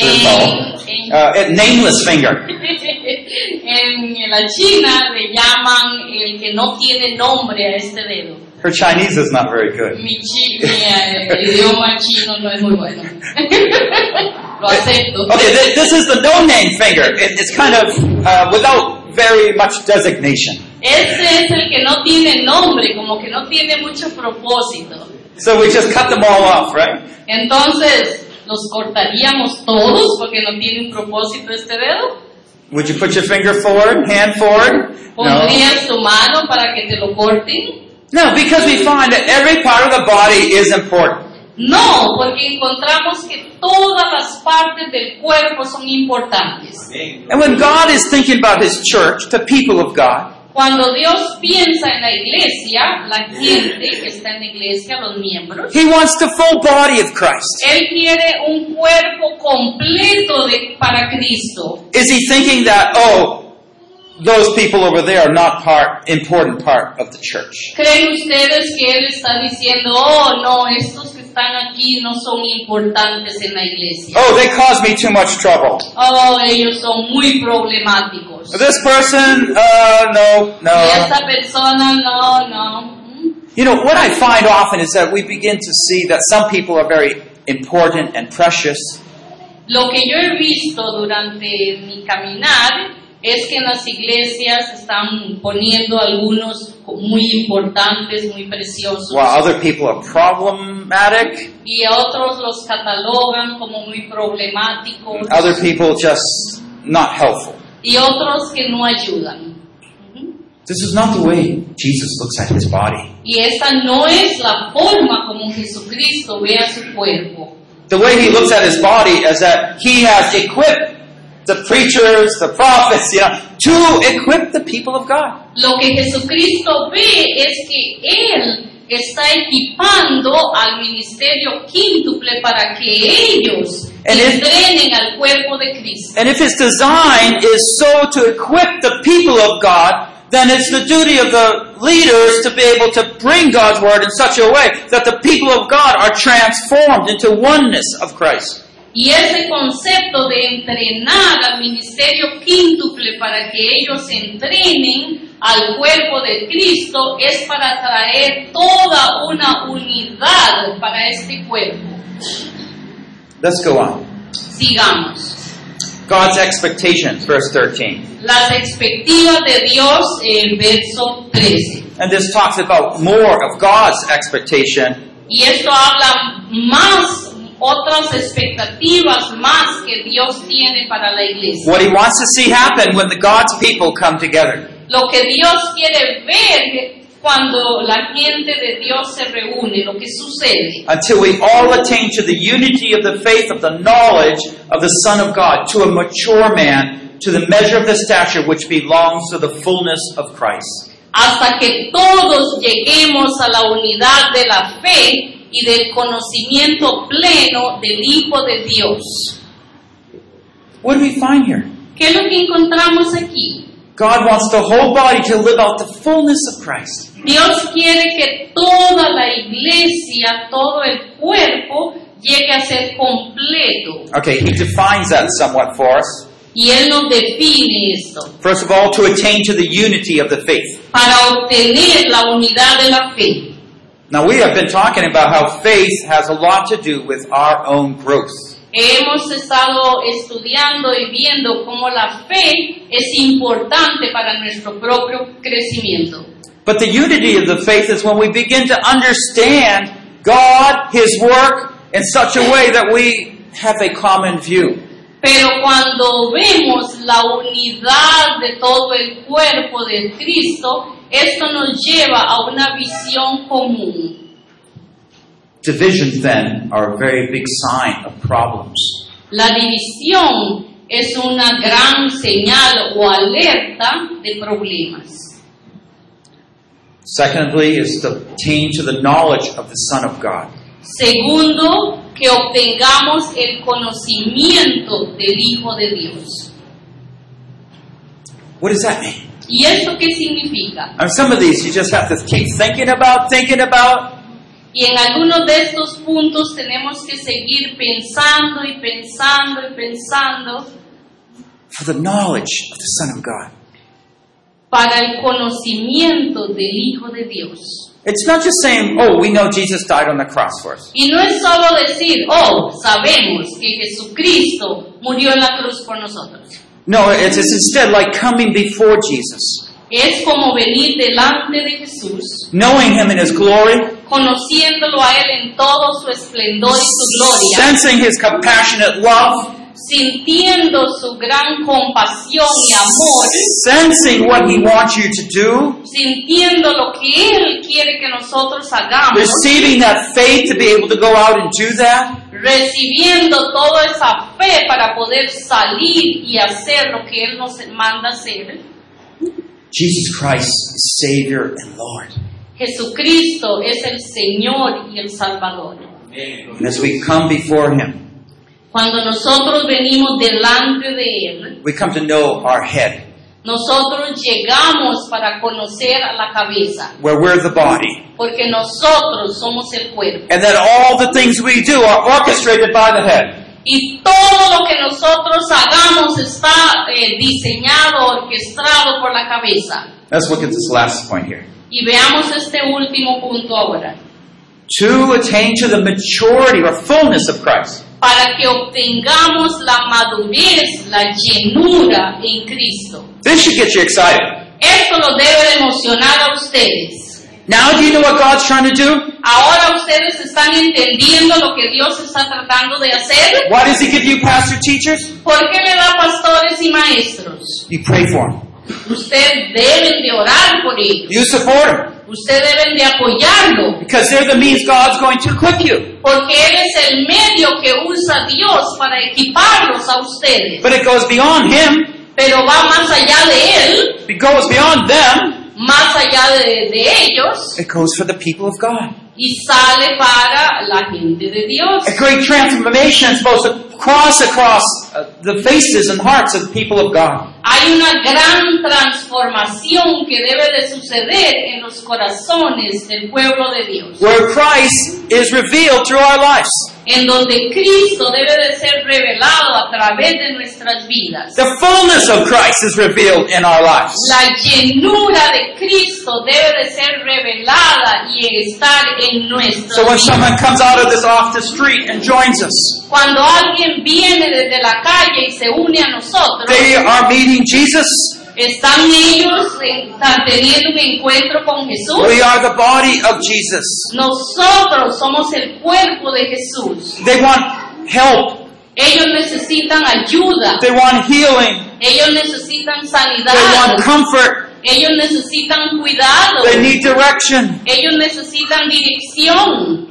[SPEAKER 3] En, en-
[SPEAKER 1] uh, nameless finger.
[SPEAKER 3] en la China le llaman el que no tiene nombre a este dedo.
[SPEAKER 1] Her Chinese is not very good.
[SPEAKER 3] Mi, chi- mi, eh, idioma chino no es muy bueno. Lo acepto.
[SPEAKER 1] Okay, th- this is the no name finger. It, it's kind of uh, without very much designation.
[SPEAKER 3] Ese es el que no tiene nombre, como que no tiene mucho propósito.
[SPEAKER 1] So we just cut them all off, right?
[SPEAKER 3] Entonces, ¿los cortaríamos todos porque no tiene un propósito este dedo?
[SPEAKER 1] Would you put your finger forward, hand forward? No.
[SPEAKER 3] ¿Pondrías tu mano para que te lo corten?
[SPEAKER 1] No, because we find that every part of the body is important.
[SPEAKER 3] No, porque encontramos que todas las partes del cuerpo son importantes.
[SPEAKER 1] And when God is thinking about His church, the people of God,
[SPEAKER 3] Cuando Dios piensa en la iglesia, la gente que está en la iglesia, los miembros,
[SPEAKER 1] He wants the full body of Christ.
[SPEAKER 3] Él quiere un cuerpo completo de- para Cristo.
[SPEAKER 1] Is He thinking that, oh, those people over there are not part, important part of the church?
[SPEAKER 3] ¿Creen ustedes que Él está diciendo, oh, no, estos que están aquí no son importantes en la iglesia?
[SPEAKER 1] Oh, they cause me too much trouble.
[SPEAKER 3] Oh, ellos son muy problemáticos.
[SPEAKER 1] This person, uh, no,
[SPEAKER 3] Y
[SPEAKER 1] no.
[SPEAKER 3] esta persona, no, no.
[SPEAKER 1] You know, what I find often is that we begin to see that some people are very important and precious,
[SPEAKER 3] Lo que yo he visto durante mi caminar es que en las iglesias están poniendo algunos muy importantes, muy preciosos,
[SPEAKER 1] while other people are problematic.
[SPEAKER 3] y a otros los catalogan como muy problemáticos,
[SPEAKER 1] Other people just not helpful.
[SPEAKER 3] y otros que no ayudan.
[SPEAKER 1] This is not the way Jesus looks at his body.
[SPEAKER 3] Y esa no es la forma como Jesucristo ve a su cuerpo.
[SPEAKER 1] The way he looks at his body is that he has equipped the preachers, the prophets, you know, to equip the people of God.
[SPEAKER 3] Lo que Jesucristo ve es que Él está equipando al ministerio quíntuple para que ellos
[SPEAKER 1] Él es-
[SPEAKER 3] entrenen al cuerpo de Cristo.
[SPEAKER 1] And if his design is so to equip the people of God, then it's the duty of the leaders to be able to bring God's word in such a way that the people of God are transformed into oneness of Christ.
[SPEAKER 3] Y ese concepto de entrenar al ministerio quíntuple para que ellos entrenen al cuerpo de Cristo es para traer toda una unidad para este cuerpo.
[SPEAKER 1] Let's go on.
[SPEAKER 3] Sigamos.
[SPEAKER 1] God's expectations, verse 13.
[SPEAKER 3] Las expectativas de Dios, el verso 13.
[SPEAKER 1] And this talks about more of God's expectation
[SPEAKER 3] Y esto habla más, otras expectativas más que Dios tiene para la iglesia.
[SPEAKER 1] what he wants to see happen when the God's people come together.
[SPEAKER 3] Lo que Dios quiere ver cuando la gente de Dios se reúne, lo que sucede.
[SPEAKER 1] Until we all attain to the unity of the faith of the knowledge of the Son of God, to a mature man, to the measure of the stature which belongs to the fullness of Christ.
[SPEAKER 3] Hasta que todos lleguemos a la unidad de la fe y del conocimiento pleno del Hijo de Dios.
[SPEAKER 1] What do we find here?
[SPEAKER 3] ¿Qué es lo que encontramos aquí?
[SPEAKER 1] God wants the whole body to live out the fullness of Christ.
[SPEAKER 3] Dios quiere que toda la iglesia, todo el cuerpo, llegue a ser completo.
[SPEAKER 1] Okay, he defines that somewhat for us.
[SPEAKER 3] Y Él nos define esto
[SPEAKER 1] First of all, to attain to the unity of the faith.
[SPEAKER 3] para obtener la unidad de la fe.
[SPEAKER 1] Now, we have been talking about how faith has a lot to do with our own growth.
[SPEAKER 3] Hemos estado estudiando y viendo cómo la fe es importante para nuestro propio crecimiento.
[SPEAKER 1] But the unity of the faith is when we begin to understand God, His work, in such a way that we have a common view.
[SPEAKER 3] Pero cuando vemos la unidad de todo el cuerpo de Cristo, esto nos lleva a una visión común.
[SPEAKER 1] Divisions, then, are a very big sign of problems.
[SPEAKER 3] La división es una gran señal o alerta de problemas.
[SPEAKER 1] Secondly, is to attain to the knowledge of the Son of God.
[SPEAKER 3] Segundo, que obtengamos el conocimiento del Hijo de Dios.
[SPEAKER 1] What does that mean?
[SPEAKER 3] ¿Y esto qué significa?
[SPEAKER 1] I mean, some of these you just have to keep thinking about, thinking about.
[SPEAKER 3] Y en algunos de estos puntos tenemos que seguir pensando y pensando y pensando
[SPEAKER 1] For the knowledge of the Son of God.
[SPEAKER 3] para el conocimiento del Hijo de Dios.
[SPEAKER 1] It's not just saying, oh, we know Jesus died on the cross for us.
[SPEAKER 3] Y no es solo decir, oh, sabemos que Jesucristo murió en la cruz por nosotros.
[SPEAKER 1] No, it's, it's instead like coming before Jesus,
[SPEAKER 3] Es como venir delante de Jesús,
[SPEAKER 1] knowing Him in His glory,
[SPEAKER 3] conociéndolo a Él en todo su esplendor y su gloria,
[SPEAKER 1] sensing His compassionate love,
[SPEAKER 3] sintiendo su gran compasión y amor,
[SPEAKER 1] sensing what He wants you to do,
[SPEAKER 3] sintiendo lo que Él quiere que nosotros
[SPEAKER 1] Pues
[SPEAKER 3] hagamos,
[SPEAKER 1] receiving that faith to be able to go out and do that.
[SPEAKER 3] recibiendo toda esa fe para poder salir y hacer lo que Él nos manda hacer.
[SPEAKER 1] Jesus Christ is Savior and Lord.
[SPEAKER 3] Jesucristo es el Señor y el Salvador.
[SPEAKER 1] And as we come before Him,
[SPEAKER 3] Cuando nosotros venimos delante de Él,
[SPEAKER 1] we come to know our head,
[SPEAKER 3] nosotros llegamos para conocer a la cabeza,
[SPEAKER 1] where we're the body.
[SPEAKER 3] porque nosotros somos el cuerpo.
[SPEAKER 1] and that all the things we do are orchestrated by the head.
[SPEAKER 3] Y todo lo que nosotros hagamos está eh, diseñado, orquestado por la cabeza.
[SPEAKER 1] Let's look at this last point here.
[SPEAKER 3] Y veamos este último punto ahora.
[SPEAKER 1] To attain to the maturity or fullness of Christ.
[SPEAKER 3] para que obtengamos la madurez, la llenura en Cristo.
[SPEAKER 1] This should get you excited.
[SPEAKER 3] Esto lo debe de emocionar a ustedes.
[SPEAKER 1] Now do you know what God's trying to do?
[SPEAKER 3] Ahora ustedes están entendiendo lo que Dios está tratando de hacer.
[SPEAKER 1] Why does He give you pastor teachers?
[SPEAKER 3] ¿Por qué le da pastores y maestros?
[SPEAKER 1] You pray for them.
[SPEAKER 3] Ustedes deben de orar por ellos.
[SPEAKER 1] You support them.
[SPEAKER 3] Ustedes deben de apoyarlo.
[SPEAKER 1] Because they're the means God's going to equip you.
[SPEAKER 3] Porque Él es el medio que usa Dios para equiparlos a ustedes.
[SPEAKER 1] But it goes beyond Him.
[SPEAKER 3] Pero va más allá de Él,
[SPEAKER 1] It goes beyond them.
[SPEAKER 3] más allá de- de ellos.
[SPEAKER 1] It goes for the people of God.
[SPEAKER 3] y sale para la gente de Dios.
[SPEAKER 1] A great transformation is supposed to cross across uh, the faces and hearts of the people of God.
[SPEAKER 3] Hay una gran transformación que debe de suceder en los corazones del pueblo de Dios,
[SPEAKER 1] where Christ is revealed through our lives.
[SPEAKER 3] en donde Cristo debe de ser revelado a través de nuestras vidas.
[SPEAKER 1] The fullness of Christ is revealed in our lives.
[SPEAKER 3] La llenura de Cristo debe de ser revelada y estar en
[SPEAKER 1] So
[SPEAKER 3] nuestras
[SPEAKER 1] when
[SPEAKER 3] vidas.
[SPEAKER 1] someone comes out of this off the street and joins us,
[SPEAKER 3] Cuando alguien viene desde la calle y se une a nosotros,
[SPEAKER 1] they are meeting Jesus.
[SPEAKER 3] están ellos eh, están teniendo un encuentro con Jesús.
[SPEAKER 1] We are the body of Jesus.
[SPEAKER 3] Nosotros somos el cuerpo de Jesús.
[SPEAKER 1] They want help.
[SPEAKER 3] Ellos necesitan ayuda.
[SPEAKER 1] They want healing.
[SPEAKER 3] Ellos necesitan
[SPEAKER 1] They want
[SPEAKER 3] sanidad.
[SPEAKER 1] comfort.
[SPEAKER 3] Ellos necesitan cuidado.
[SPEAKER 1] They need direction.
[SPEAKER 3] Ellos necesitan dirección.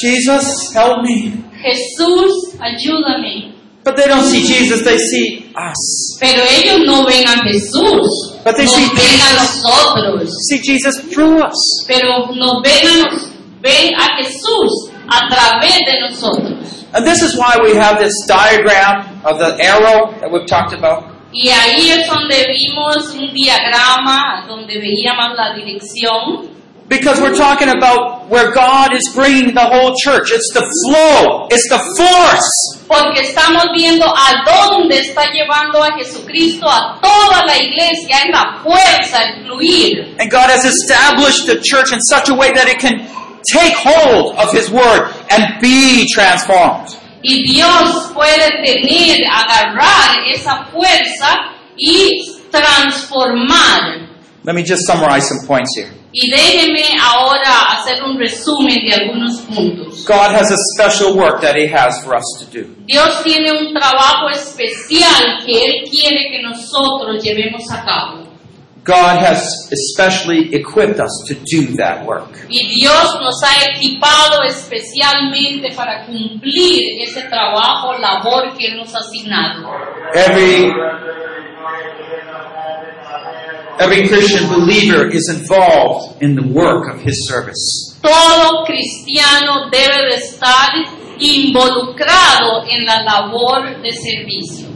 [SPEAKER 1] Jesus, help me.
[SPEAKER 3] Jesús, ayúdame.
[SPEAKER 1] But they don't see Jesus, they see us.
[SPEAKER 3] Pero ellos no ven a Jesús.
[SPEAKER 1] But they
[SPEAKER 3] Nos
[SPEAKER 1] see
[SPEAKER 3] ven a
[SPEAKER 1] Jesus.
[SPEAKER 3] nosotros.
[SPEAKER 1] See Jesus through us.
[SPEAKER 3] Pero nos ven a, nos, ven a Jesús a través de nosotros.
[SPEAKER 1] And this is why we have this diagram of the arrow that we've talked about.
[SPEAKER 3] Y ahí es donde vimos un diagrama donde veíamos la dirección
[SPEAKER 1] Because we're talking about where God is bringing the whole church. It's the flow. It's the force.
[SPEAKER 3] Porque estamos viendo a dónde está llevando a Jesucristo a toda la iglesia, es la fuerza, el fluir.
[SPEAKER 1] And God has established the church in such a way that it can take hold of His Word and be transformed.
[SPEAKER 3] Y Dios puede tener, agarrar esa fuerza y transformar.
[SPEAKER 1] Let me just summarize some points here.
[SPEAKER 3] Y déjeme ahora hacer un resumen de algunos puntos.
[SPEAKER 1] God has a special work that He has for us to do.
[SPEAKER 3] Dios tiene un trabajo especial que Él quiere que nosotros llevemos a cabo.
[SPEAKER 1] God has especially equipped us to do that work.
[SPEAKER 3] Y Dios nos ha equipado especialmente para cumplir ese trabajo, labor que Él nos ha asignado.
[SPEAKER 1] Every every Christian believer is involved in the work of His service.
[SPEAKER 3] Todo cristiano debe de estar involucrado en la labor de servicio.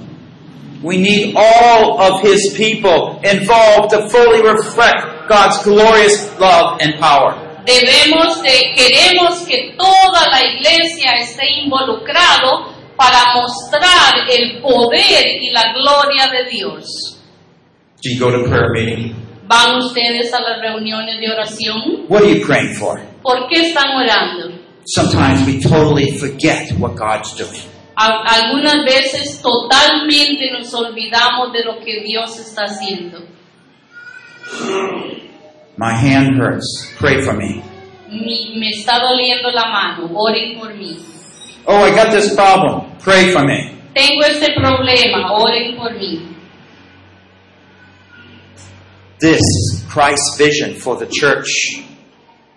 [SPEAKER 1] We need all of His people involved to fully reflect God's glorious love and power.
[SPEAKER 3] Debemos de, queremos que toda la iglesia esté involucrado para mostrar el poder y la gloria de Dios.
[SPEAKER 1] Do you go to prayer meeting?
[SPEAKER 3] ¿Van ustedes a las reuniones de oración?
[SPEAKER 1] What are you praying for?
[SPEAKER 3] ¿Por qué están orando?
[SPEAKER 1] Sometimes we totally forget what God's doing.
[SPEAKER 3] A- Algunas veces totalmente nos olvidamos de lo que Dios está haciendo.
[SPEAKER 1] My hand hurts. Pray for me.
[SPEAKER 3] Mi- me está doliendo la mano, oren por mí.
[SPEAKER 1] Oh, I got this problem. Pray for me.
[SPEAKER 3] Tengo este problema, oren por mí.
[SPEAKER 1] This is Christ's vision for the church.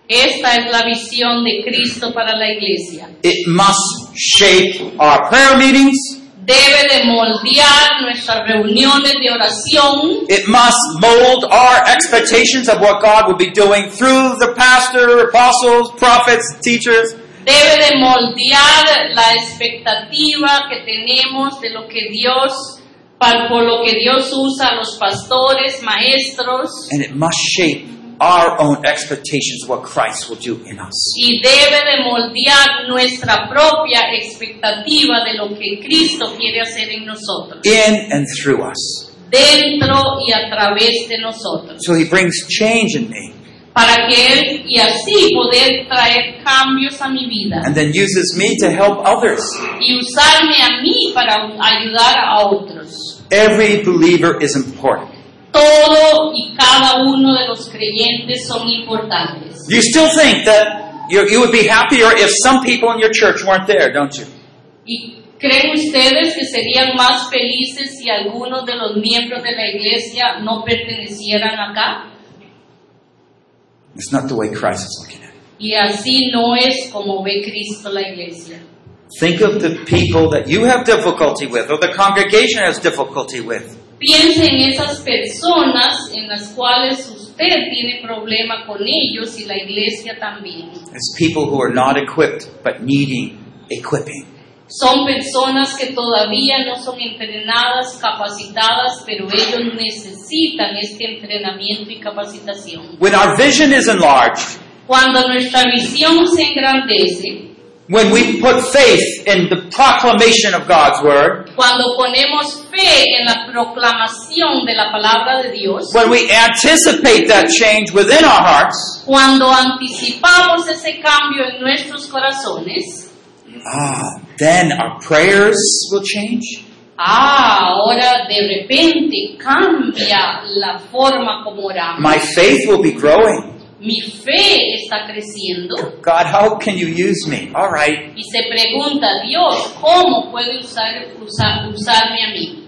[SPEAKER 3] Esta es la visión de Cristo para la iglesia.
[SPEAKER 1] It must shape our prayer meetings.
[SPEAKER 3] Debe de moldear nuestras reuniones de oración,
[SPEAKER 1] It must mold our expectations of what God will be doing through the pastor, apostles, prophets, teachers.
[SPEAKER 3] debe de moldear la expectativa que tenemos de lo que Dios, pa- por lo que Dios usa a los pastores, maestros.
[SPEAKER 1] And it must shape our own expectations of what Christ will do in us.
[SPEAKER 3] y debe de moldear nuestra propia expectativa de lo que Cristo quiere hacer en nosotros,
[SPEAKER 1] In and through us.
[SPEAKER 3] dentro y a través de nosotros,
[SPEAKER 1] So he brings change in me
[SPEAKER 3] para que Él y así poder traer cambios a mi vida
[SPEAKER 1] and then uses me to help others.
[SPEAKER 3] y usarme a mí para ayudar a otros.
[SPEAKER 1] Every believer is important.
[SPEAKER 3] Todo y cada uno de los creyentes son importantes.
[SPEAKER 1] You still think that you, you would be happier if some people in your church weren't there, don't you?
[SPEAKER 3] ¿Y creen ustedes que serían más felices si algunos de los miembros de la iglesia no pertenecieran acá?
[SPEAKER 1] It's not the way Christ is looking at it.
[SPEAKER 3] Y así no es como ve Cristo la iglesia.
[SPEAKER 1] Think of the people that you have difficulty with or the congregation has difficulty with.
[SPEAKER 3] Piense en esas personas en las cuales usted tiene problema con ellos y la iglesia también.
[SPEAKER 1] It's people who are not equipped but needing equipping.
[SPEAKER 3] Son personas que todavía no son entrenadas, capacitadas, pero ellos necesitan este entrenamiento y capacitación.
[SPEAKER 1] When our vision is enlarged,
[SPEAKER 3] Cuando nuestra visión se engrandece,
[SPEAKER 1] when we put faith in the proclamation of God's word,
[SPEAKER 3] cuando ponemos fe en la proclamación de la palabra de Dios,
[SPEAKER 1] when we anticipate that change within our hearts,
[SPEAKER 3] Cuando anticipamos ese cambio en nuestros corazones,
[SPEAKER 1] ah, then our prayers will change.
[SPEAKER 3] ah, ahora de repente cambia la forma como oramos.
[SPEAKER 1] My faith will be growing.
[SPEAKER 3] Mi fe está creciendo
[SPEAKER 1] God, how can you use me? All right.
[SPEAKER 3] y se pregunta, Dios, ¿cómo puede usar, usar- usarme a mí?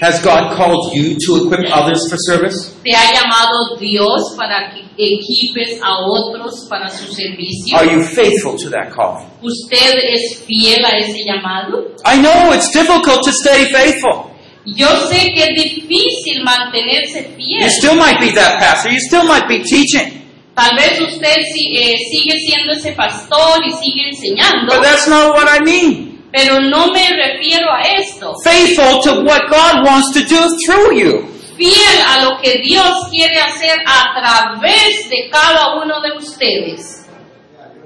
[SPEAKER 1] Has God called you to equip others for service?
[SPEAKER 3] ¿Te ha llamado Dios para que equipes a otros para su servicio?
[SPEAKER 1] Are you faithful to that calling?
[SPEAKER 3] ¿Usted es fiel a ese llamado?
[SPEAKER 1] I know it's difficult to stay faithful.
[SPEAKER 3] Yo sé que es difícil mantenerse fiel.
[SPEAKER 1] You still might be that pastor. You still might be teaching.
[SPEAKER 3] Tal vez usted si- eh, sigue siendo ese pastor y sigue enseñando,
[SPEAKER 1] But that's not what I mean.
[SPEAKER 3] pero no me refiero a esto.
[SPEAKER 1] Faithful to what God wants to do through you.
[SPEAKER 3] fiel a lo que Dios quiere hacer a través de cada uno de ustedes.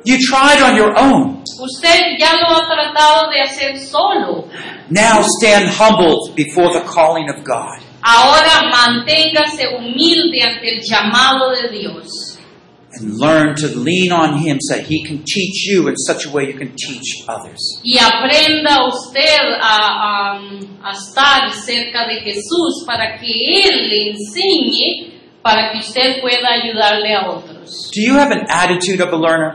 [SPEAKER 1] You tried on your own.
[SPEAKER 3] Usted ya lo ha tratado de hacer solo.
[SPEAKER 1] Now stand humbled before the calling of God.
[SPEAKER 3] Ahora manténgase humilde ante el llamado de Dios
[SPEAKER 1] and learn to lean on Him so that He can teach you in such a way you can teach others.
[SPEAKER 3] y aprenda usted a, a- a estar cerca de Jesús para que Él le enseñe para que usted pueda ayudarle a otros.
[SPEAKER 1] Do you have an attitude of a learner?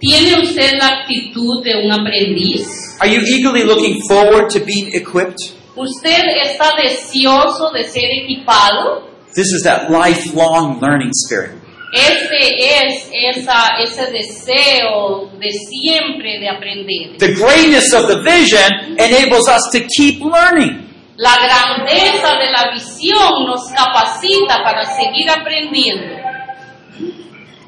[SPEAKER 3] ¿Tiene usted la actitud de un aprendiz?
[SPEAKER 1] Are you eagerly looking forward to being equipped?
[SPEAKER 3] ¿Usted está deseoso de ser equipado?
[SPEAKER 1] This is that lifelong learning spirit.
[SPEAKER 3] Ese es esa, ese deseo de siempre de aprender.
[SPEAKER 1] The greatness of the vision enables us to keep learning.
[SPEAKER 3] La grandeza de la visión nos capacita para seguir aprendiendo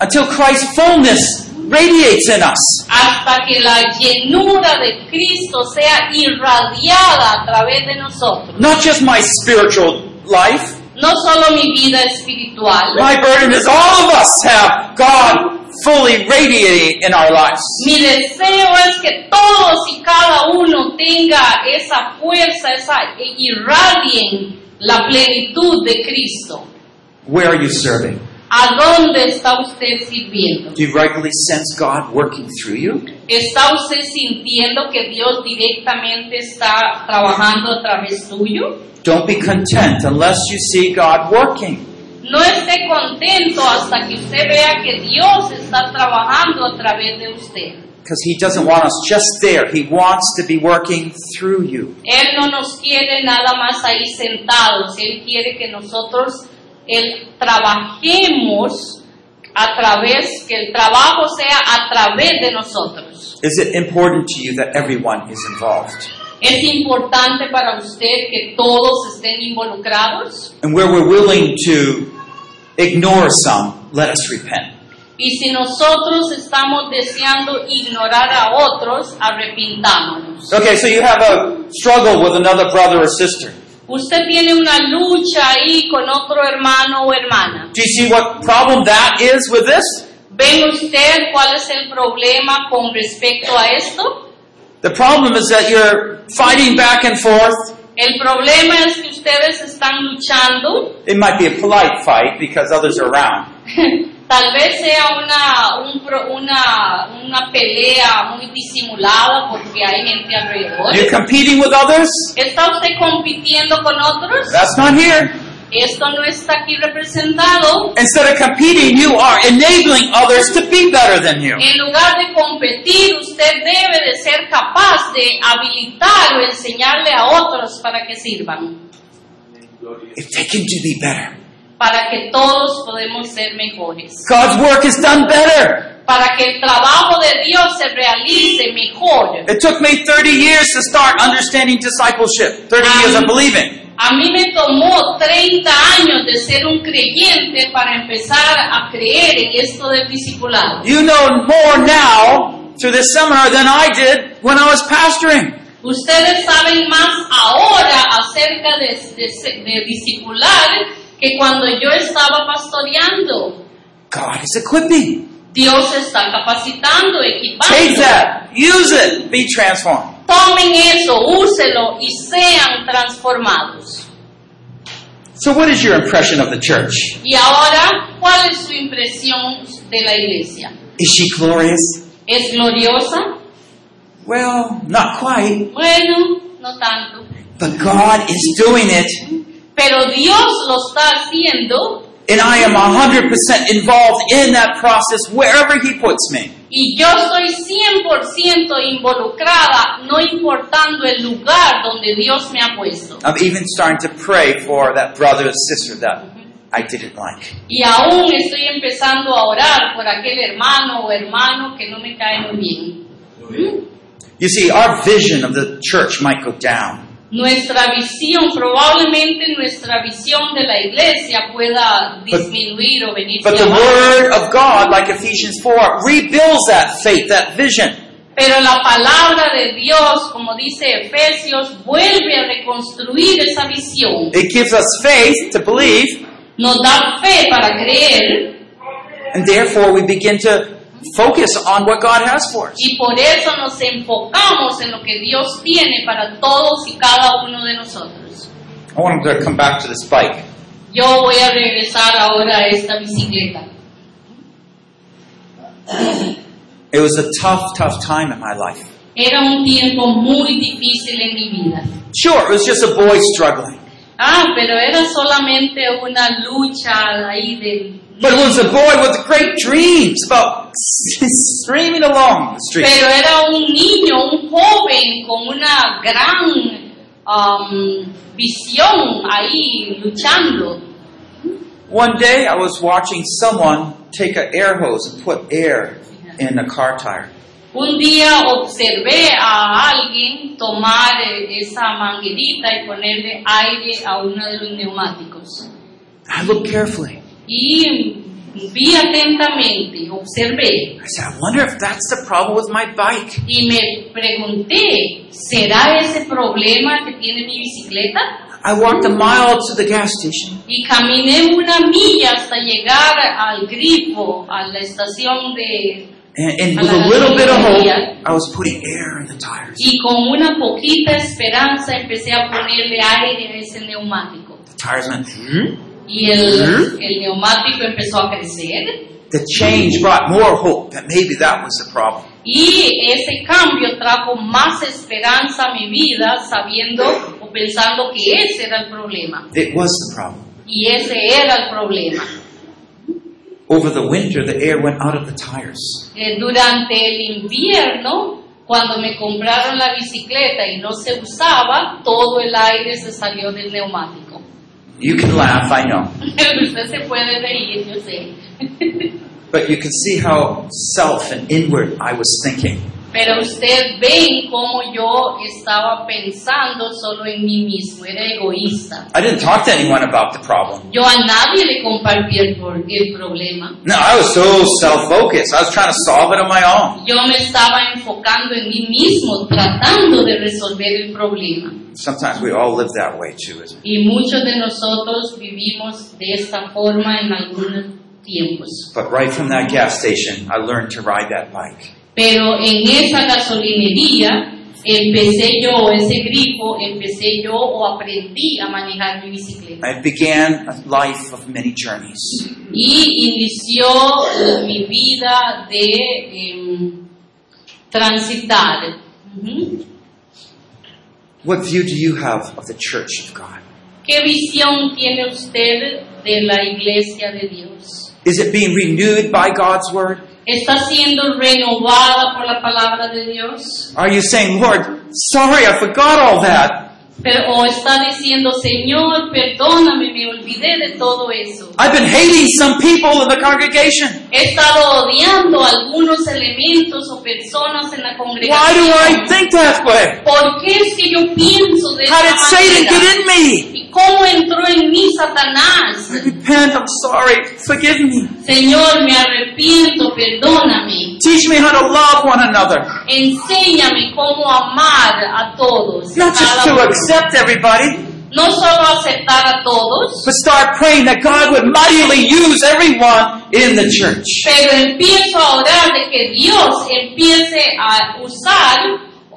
[SPEAKER 1] until Christ's fullness radiates in us.
[SPEAKER 3] hasta que la llenura de Cristo sea irradiada a través de nosotros.
[SPEAKER 1] Not just my spiritual life.
[SPEAKER 3] No solo mi vida espiritual,
[SPEAKER 1] My burden is all of us have God fully radiating in our lives.
[SPEAKER 3] Mi deseo es que todos y cada uno tenga esa fuerza, esa e irradien la plenitud de Cristo.
[SPEAKER 1] Where are you serving?
[SPEAKER 3] ¿A dónde está usted sirviendo?
[SPEAKER 1] Do you regularly sense God working through you?
[SPEAKER 3] ¿Está usted sintiendo que Dios directamente está trabajando a través suyo?
[SPEAKER 1] Don't be content unless you see God working.
[SPEAKER 3] No esté contento hasta que usted vea que Dios está trabajando a través de usted.
[SPEAKER 1] Because He doesn't want us just there. He wants to be working through you.
[SPEAKER 3] Él no nos quiere nada más ahí sentados, Él quiere que nosotros él, trabajemos a través, que el trabajo sea a través de nosotros.
[SPEAKER 1] Is it important to you that everyone is involved?
[SPEAKER 3] Es importante para usted que todos estén involucrados
[SPEAKER 1] And where we're willing to ignore some, let us repent.
[SPEAKER 3] y si nosotros estamos deseando ignorar a otros, arrepintámonos.
[SPEAKER 1] Okay, so you have a struggle with another brother or sister.
[SPEAKER 3] Usted tiene una lucha ahí con otro hermano o hermana.
[SPEAKER 1] Do you see what problem that is with this?
[SPEAKER 3] ¿Ven usted cuál es el problema con respecto a esto?
[SPEAKER 1] The problem is that you're fighting back and forth.
[SPEAKER 3] El problema es que ustedes están luchando,
[SPEAKER 1] It might be a polite fight because others are around.
[SPEAKER 3] tal vez sea una, un pro- una, una pelea muy disimulada porque hay gente alrededor.
[SPEAKER 1] You're competing with others?
[SPEAKER 3] ¿Está usted compitiendo con otros?
[SPEAKER 1] That's not here.
[SPEAKER 3] Esto no está aquí representado.
[SPEAKER 1] Instead of competing, you are enabling others to be better than you.
[SPEAKER 3] En lugar de competir, usted debe de ser capaz de habilitar o enseñarle a otros para que sirvan,
[SPEAKER 1] If they can do thee better,
[SPEAKER 3] para que todos podemos ser mejores,
[SPEAKER 1] God's work is done better.
[SPEAKER 3] para que el trabajo de Dios se realice mejor.
[SPEAKER 1] It took me 30 years to start understanding discipleship, 30 years of believing.
[SPEAKER 3] A mí me tomó 30 años de ser un creyente para empezar a creer en esto del discipulado.
[SPEAKER 1] You know more now through this seminar than I did when I was pastoring.
[SPEAKER 3] Ustedes saben más ahora acerca de, de- de discipular que cuando yo estaba pastoreando.
[SPEAKER 1] God is equipping.
[SPEAKER 3] Dios está capacitando,
[SPEAKER 1] Take
[SPEAKER 3] equipando.
[SPEAKER 1] that, use it, be transformed.
[SPEAKER 3] Tomen eso, úselo y sean transformados.
[SPEAKER 1] So, what is your impression of the church?
[SPEAKER 3] Y ahora, ¿cuál es su impresión de la iglesia?
[SPEAKER 1] Is she glorious?
[SPEAKER 3] ¿Es gloriosa?
[SPEAKER 1] Well, not quite,
[SPEAKER 3] Bueno, no tanto.
[SPEAKER 1] but God is doing it,
[SPEAKER 3] Pero Dios lo está haciendo
[SPEAKER 1] and I am 100% involved in that process wherever He puts me.
[SPEAKER 3] y yo estoy 100% involucrada, no importando el lugar donde Dios me ha puesto.
[SPEAKER 1] I'm even starting to pray for that brother or sister that I didn't like.
[SPEAKER 3] Y aún estoy empezando a orar por aquel hermano o hermano que no me cae muy bien.
[SPEAKER 1] You see, our vision of the church might go down.
[SPEAKER 3] Nuestra visión, probablemente nuestra visión de la iglesia pueda disminuir o venir.
[SPEAKER 1] But the
[SPEAKER 3] abajo.
[SPEAKER 1] Word of God, like Ephesians 4, rebuilds that faith, that vision.
[SPEAKER 3] Pero la palabra de Dios, como dice Efesios, vuelve a reconstruir esa visión.
[SPEAKER 1] It gives us faith to believe,
[SPEAKER 3] Nos da fe para creer
[SPEAKER 1] and therefore we begin to focus on what God has for us.
[SPEAKER 3] y por eso nos enfocamos en lo que Dios tiene para todos y cada uno de nosotros.
[SPEAKER 1] I want to come back to this bike.
[SPEAKER 3] Yo voy a regresar ahora a esta bicicleta.
[SPEAKER 1] It was a tough, tough time in my life.
[SPEAKER 3] Era un tiempo muy difícil en mi vida.
[SPEAKER 1] Sure, it was just a boy struggling.
[SPEAKER 3] Ah, pero era solamente una lucha ahí de...
[SPEAKER 1] But it was a boy with great dreams about streaming along the street.
[SPEAKER 3] Pero era un niño, un joven con una gran um, visión ahí luchando.
[SPEAKER 1] One day I was watching someone take an air hose and put air in a car tire.
[SPEAKER 3] Un día observé a alguien tomar eh, esa manguerita y ponerle aire a uno de los neumáticos.
[SPEAKER 1] I looked carefully.
[SPEAKER 3] Y vi atentamente, observé
[SPEAKER 1] I said, I wonder if that's the problem with my bike.
[SPEAKER 3] y me pregunté, ¿será ese problema que tiene mi bicicleta?
[SPEAKER 1] I walked a mile to the gas station.
[SPEAKER 3] Y caminé una milla hasta llegar al grifo, a la estación de...
[SPEAKER 1] And, and with a little bit of hope, I was putting air in the tires.
[SPEAKER 3] Y con una poquita esperanza empecé a ponerle aire a ese neumático.
[SPEAKER 1] The tires went, "Hmm?"
[SPEAKER 3] Y el, el neumático empezó a crecer
[SPEAKER 1] The change brought more hope that maybe that was the problem.
[SPEAKER 3] y ese cambio trajo más esperanza a mi vida sabiendo o pensando que ese era el problema.
[SPEAKER 1] It was the problem.
[SPEAKER 3] Y ese era el problema.
[SPEAKER 1] Over the winter, the air went out of the tires.
[SPEAKER 3] Eh, durante el invierno, cuando me compraron la bicicleta y no se usaba, todo el aire se salió del neumático.
[SPEAKER 1] You can laugh, I know.
[SPEAKER 3] Usted se puede reír, yo sé.
[SPEAKER 1] But you can see how self and inward I was thinking.
[SPEAKER 3] Pero usted ven cómo yo estaba pensando solo en mí mismo, era egoísta.
[SPEAKER 1] I didn't talk to anyone about the problem.
[SPEAKER 3] Yo a nadie le compartí el, por- el problema.
[SPEAKER 1] No, I was so self focused. I was trying to solve it on my own.
[SPEAKER 3] Yo me estaba enfocando en mí mismo, tratando de resolver el problema.
[SPEAKER 1] Sometimes we all live that way too, isn't it?
[SPEAKER 3] Y muchos de nosotros vivimos de esta forma en algunos tiempos.
[SPEAKER 1] But right from that gas station, I learned to ride that bike.
[SPEAKER 3] Pero en esa gasolinería empecé yo, ese grifo, empecé yo o aprendí a manejar mi bicicleta.
[SPEAKER 1] I began a life of many journeys.
[SPEAKER 3] y inició mi vida de em, transitar. Ujú.
[SPEAKER 1] What view do you have of the church of God?
[SPEAKER 3] ¿Qué visión tiene usted de la iglesia de Dios?
[SPEAKER 1] Is it being renewed by God's word?
[SPEAKER 3] ¿Está siendo renovada por la palabra de Dios?
[SPEAKER 1] Are you saying, Lord, sorry, I forgot all that.
[SPEAKER 3] Pero, ¿O está diciendo, Señor, perdóname, me olvidé de todo eso?
[SPEAKER 1] I've been hating some people in the congregation.
[SPEAKER 3] He estado odiando algunos elementos o personas en la
[SPEAKER 1] Why do I
[SPEAKER 3] congregación.
[SPEAKER 1] think that way?
[SPEAKER 3] ¿Por qué es que yo pienso de
[SPEAKER 1] How
[SPEAKER 3] esa
[SPEAKER 1] did Satan
[SPEAKER 3] manera?
[SPEAKER 1] get in me?
[SPEAKER 3] ¿Y cómo entró en mí Satanás?
[SPEAKER 1] Repent, I'm sorry, forgive me.
[SPEAKER 3] Señor, me arrepiento, perdóname.
[SPEAKER 1] Teach me how to love one another.
[SPEAKER 3] Enséñame cómo amar a todos. a
[SPEAKER 1] Not just
[SPEAKER 3] cada
[SPEAKER 1] to
[SPEAKER 3] uno.
[SPEAKER 1] accept everybody,
[SPEAKER 3] No solo aceptar a todos,
[SPEAKER 1] but start praying that God would mightily use everyone in the church.
[SPEAKER 3] pero empiezo a orar de que Dios empiece a usar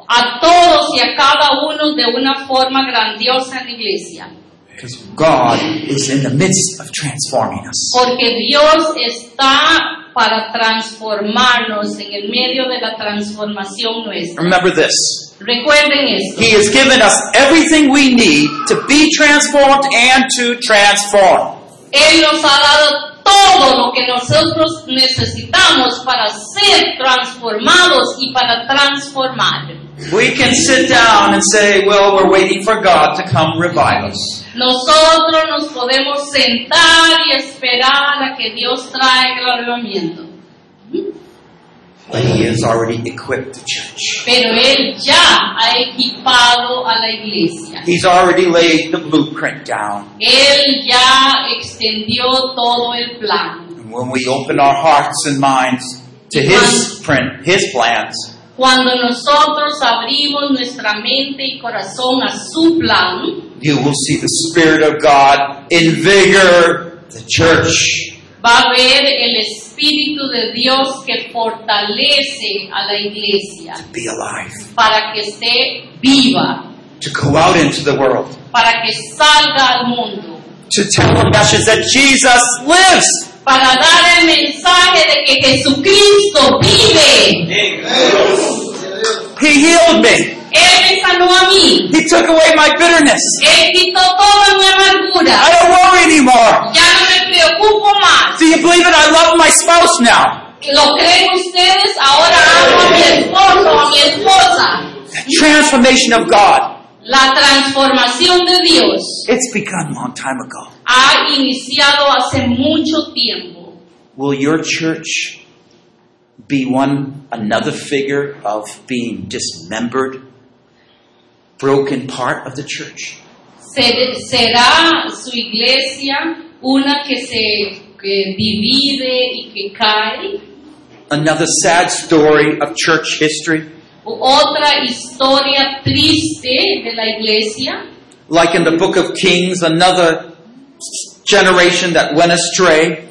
[SPEAKER 3] a todos y a cada uno de una forma grandiosa en la iglesia.
[SPEAKER 1] Because God is in the midst of transforming us.
[SPEAKER 3] Porque Dios está para transformarnos en el medio de la transformación nuestra.
[SPEAKER 1] Remember this.
[SPEAKER 3] Recuerden esto.
[SPEAKER 1] He has given us everything we need to be transformed and to transform.
[SPEAKER 3] Él nos ha dado todo lo que nosotros necesitamos para ser transformados y para transformar.
[SPEAKER 1] We can sit down and say, well, we're waiting for God to come revive us.
[SPEAKER 3] Nosotros nos podemos sentar y esperar a que Dios traiga el avivamiento.
[SPEAKER 1] But He has already equipped the church.
[SPEAKER 3] Pero Él ya ha equipado a la iglesia.
[SPEAKER 1] He's already laid the blueprint down.
[SPEAKER 3] Él ya extendió todo el plan.
[SPEAKER 1] And when we open our hearts and minds to His print, His plans,
[SPEAKER 3] Cuando nosotros abrimos nuestra mente y corazón a su plan,
[SPEAKER 1] you will see the Spirit of God invigorate the church.
[SPEAKER 3] va a haber el Espíritu de Dios que fortalece a la iglesia
[SPEAKER 1] Be alive.
[SPEAKER 3] para que esté viva,
[SPEAKER 1] To go out into the world.
[SPEAKER 3] para que salga al mundo,
[SPEAKER 1] To tell the message that Jesus lives.
[SPEAKER 3] para dar el mensaje de que Jesucristo vive.
[SPEAKER 1] He healed me.
[SPEAKER 3] Él me sanó a mí,
[SPEAKER 1] He took away my bitterness.
[SPEAKER 3] Él quitó toda mi
[SPEAKER 1] I
[SPEAKER 3] amargura,
[SPEAKER 1] don't worry anymore.
[SPEAKER 3] ya no me preocupo más.
[SPEAKER 1] Do you believe it? I love my spouse now.
[SPEAKER 3] ¿Lo creen ustedes? Ahora amo a mi esposo, a mi esposa.
[SPEAKER 1] The transformation of God.
[SPEAKER 3] La transformación de Dios
[SPEAKER 1] It's begun a long time ago.
[SPEAKER 3] ha iniciado hace mucho tiempo.
[SPEAKER 1] Will your church be one another figure of being dismembered, broken part of the church?
[SPEAKER 3] Ser- será su iglesia una que se que divide y que cae.
[SPEAKER 1] Another sad story of church history,
[SPEAKER 3] Otra historia triste de la iglesia,
[SPEAKER 1] like in the book of Kings, another generation that went astray.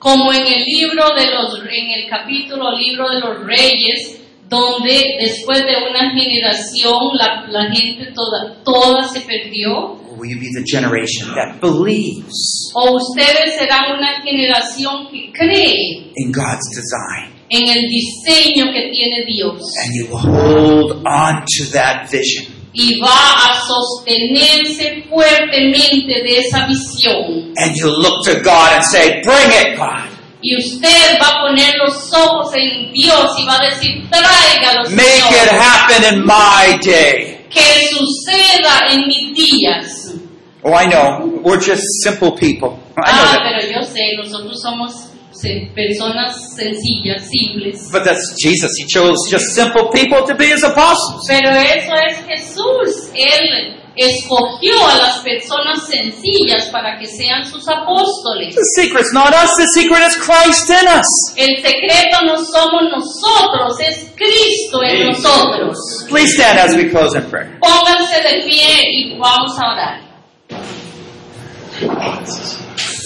[SPEAKER 3] como en el libro de los en el capítulo libro de los reyes, donde después de una generación la, la gente toda, toda se perdió.
[SPEAKER 1] Or will you be the generation that believes
[SPEAKER 3] O ustedes serán una generación que cree
[SPEAKER 1] in God's design
[SPEAKER 3] en el diseño que tiene Dios
[SPEAKER 1] and you will hold on to that vision
[SPEAKER 3] y va a sostenerse fuertemente de esa visión.
[SPEAKER 1] and you look to God and say, Bring it, God.
[SPEAKER 3] Y usted va a poner los ojos en Dios y va a decir, tráigalo,
[SPEAKER 1] Make it
[SPEAKER 3] Señor,
[SPEAKER 1] happen in my day.
[SPEAKER 3] que suceda en mis días.
[SPEAKER 1] Oh, I know. We're just simple people. I know
[SPEAKER 3] Ah,
[SPEAKER 1] that.
[SPEAKER 3] pero yo sé, nosotros somos se- personas sencillas, simples.
[SPEAKER 1] But that's Jesus. He chose just simple people to be his apostles.
[SPEAKER 3] Pero eso es Jesús. Él escogió a las personas sencillas para que sean sus apóstoles.
[SPEAKER 1] The secret's not us, the secret is Christ in us.
[SPEAKER 3] El secreto no somos nosotros, es Cristo en nosotros.
[SPEAKER 1] Please stand as we close in prayer.
[SPEAKER 3] Pónganse de pie y vamos a orar.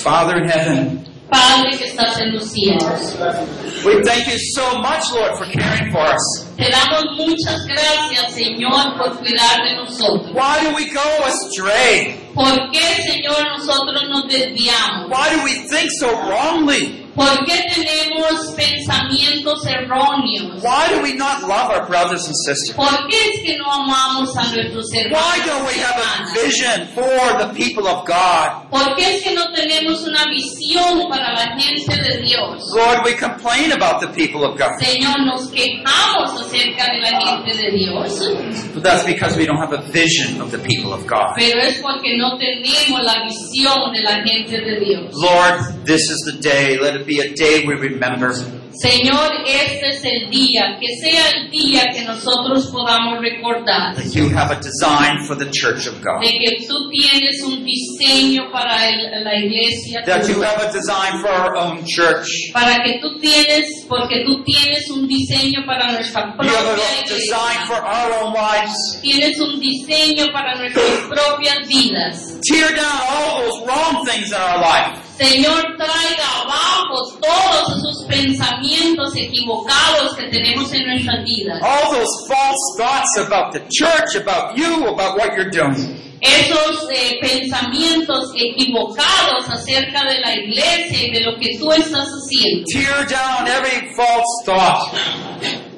[SPEAKER 1] Father in heaven,
[SPEAKER 3] Padre que estás en los cielos,
[SPEAKER 1] we thank you so much, Lord, for caring for us.
[SPEAKER 3] te damos muchas gracias, Señor, por cuidar de nosotros.
[SPEAKER 1] Why do we go astray?
[SPEAKER 3] ¿Por qué, Señor, nosotros nos desviamos?
[SPEAKER 1] Why do we think so wrongly?
[SPEAKER 3] ¿Por qué tenemos pensamientos erróneos?
[SPEAKER 1] Why do we not love our brothers and sisters?
[SPEAKER 3] ¿Por qué es que no amamos a nuestros
[SPEAKER 1] Why
[SPEAKER 3] hermanos?
[SPEAKER 1] don't we
[SPEAKER 3] y
[SPEAKER 1] have a
[SPEAKER 3] hermanas?
[SPEAKER 1] vision for the people of God?
[SPEAKER 3] ¿Por qué es que no tenemos una visión para la gente de Dios?
[SPEAKER 1] Lord, we complain about the people of God.
[SPEAKER 3] Señor, nos quejamos acerca de la gente de Dios,
[SPEAKER 1] But that's because we don't have a vision of the people of God.
[SPEAKER 3] pero es porque no tenemos la visión de la gente de Dios.
[SPEAKER 1] Lord, this is the day. Let it be a day we remember.
[SPEAKER 3] Señor, este es el día, que sea el día que nosotros podamos recordar
[SPEAKER 1] That you have a design for the church of God.
[SPEAKER 3] de que tú tienes un diseño para el- la iglesia,
[SPEAKER 1] That you
[SPEAKER 3] tuya,
[SPEAKER 1] have a design for our own church.
[SPEAKER 3] para que tú tienes, porque tú tienes un diseño para nuestra
[SPEAKER 1] You have
[SPEAKER 3] propia
[SPEAKER 1] a design for
[SPEAKER 3] iglesia,
[SPEAKER 1] our own lives.
[SPEAKER 3] tienes un diseño para nuestras propias vidas.
[SPEAKER 1] Tear down all those wrong things in our life.
[SPEAKER 3] Señor, traiga abajo todos esos pensamientos equivocados que tenemos en nuestras vidas.
[SPEAKER 1] All those false thoughts about the church, about you, about what you're doing.
[SPEAKER 3] Esos eh, pensamientos equivocados acerca de la iglesia y de lo que tú estás haciendo.
[SPEAKER 1] Tear down every false thought.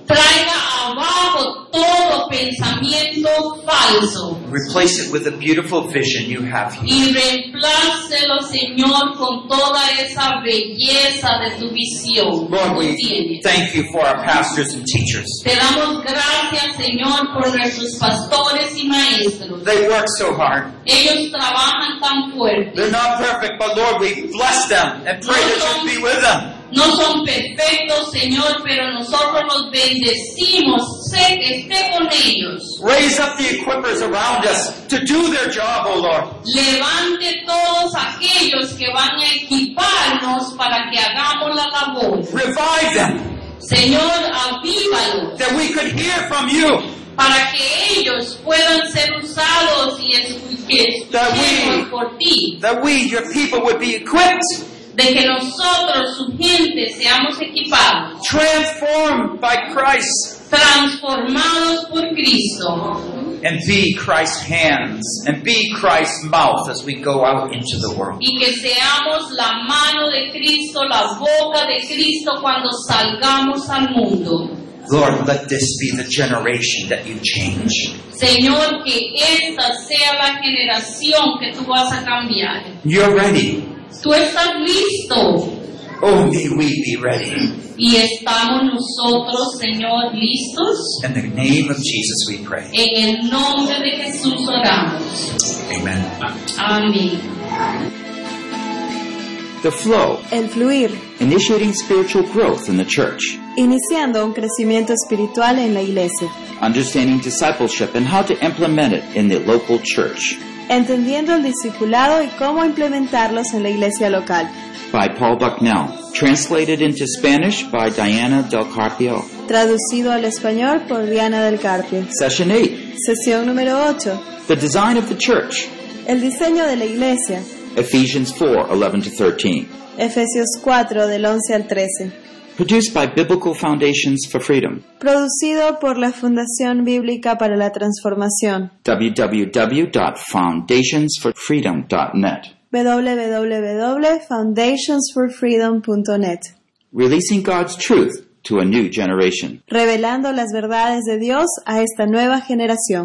[SPEAKER 3] Traiga abajo todo pensamiento falso
[SPEAKER 1] Replace it with the beautiful vision you have here.
[SPEAKER 3] y reemplácelo, Señor, con toda esa belleza de tu visión. que
[SPEAKER 1] Lord,
[SPEAKER 3] tú
[SPEAKER 1] we
[SPEAKER 3] tienes.
[SPEAKER 1] thank you for our pastors and teachers.
[SPEAKER 3] Te damos gracias, Señor, por nuestros pastores y maestros.
[SPEAKER 1] They work so hard.
[SPEAKER 3] Ellos trabajan tan fuerte.
[SPEAKER 1] They're not perfect, but Lord, we bless them and pray that you be with them.
[SPEAKER 3] No son perfectos, Señor, pero nosotros los bendecimos. Sé que esté con ellos.
[SPEAKER 1] Raise up the equippers around us to do their job, O Lord.
[SPEAKER 3] Levante todos aquellos que van a equiparnos para que hagamos la labor.
[SPEAKER 1] Revive them.
[SPEAKER 3] Señor, avívalo
[SPEAKER 1] that we could hear from you,
[SPEAKER 3] para que ellos puedan ser usados y escu- que escuchemos
[SPEAKER 1] David.
[SPEAKER 3] por ti,
[SPEAKER 1] that we, your people, would be equipped,
[SPEAKER 3] de que nosotros, su gente, seamos equipados,
[SPEAKER 1] transformed by Christ,
[SPEAKER 3] transformados por Cristo
[SPEAKER 1] and be Christ's hands and be Christ's mouth as we go out into the world.
[SPEAKER 3] y que seamos la mano de Cristo, la boca de Cristo cuando salgamos al mundo.
[SPEAKER 1] Lord, let this be the generation that you change.
[SPEAKER 3] Señor, que esta sea la generación que tú vas a cambiar.
[SPEAKER 1] You're ready.
[SPEAKER 3] Tú estás listo
[SPEAKER 1] Oh, may we be ready.
[SPEAKER 3] y estamos nosotros, Señor, listos.
[SPEAKER 1] In the name of Jesus we pray.
[SPEAKER 3] En el nombre de Jesús oramos.
[SPEAKER 1] Amen.
[SPEAKER 3] Amén.
[SPEAKER 4] The flow,
[SPEAKER 2] El fluir,
[SPEAKER 4] initiating spiritual growth in the church,
[SPEAKER 2] iniciando un crecimiento espiritual en la iglesia,
[SPEAKER 4] understanding discipleship and how to implement it in the local church
[SPEAKER 2] entendiendo el discipulado y cómo implementarlos en la iglesia local.
[SPEAKER 4] by Paul Bucknell, translated into Spanish by Diana Del Carpio.
[SPEAKER 2] Traducido al español por Diana del Carpio.
[SPEAKER 4] Session 8,
[SPEAKER 2] Sesión número 8.
[SPEAKER 4] the design of the church,
[SPEAKER 2] El diseño de la iglesia.
[SPEAKER 4] Ephesians 4, 11 to 13,
[SPEAKER 2] Efesios 4 del 11 al 13.
[SPEAKER 4] produced by Biblical Foundations for Freedom,
[SPEAKER 2] Producido por la Fundación Bíblica para la Transformación.
[SPEAKER 4] www.foundationsforfreedom.net,
[SPEAKER 2] www.foundationsforfreedom.net.
[SPEAKER 4] releasing God's truth to a new generation.
[SPEAKER 2] Revelando las verdades de Dios a esta nueva generación.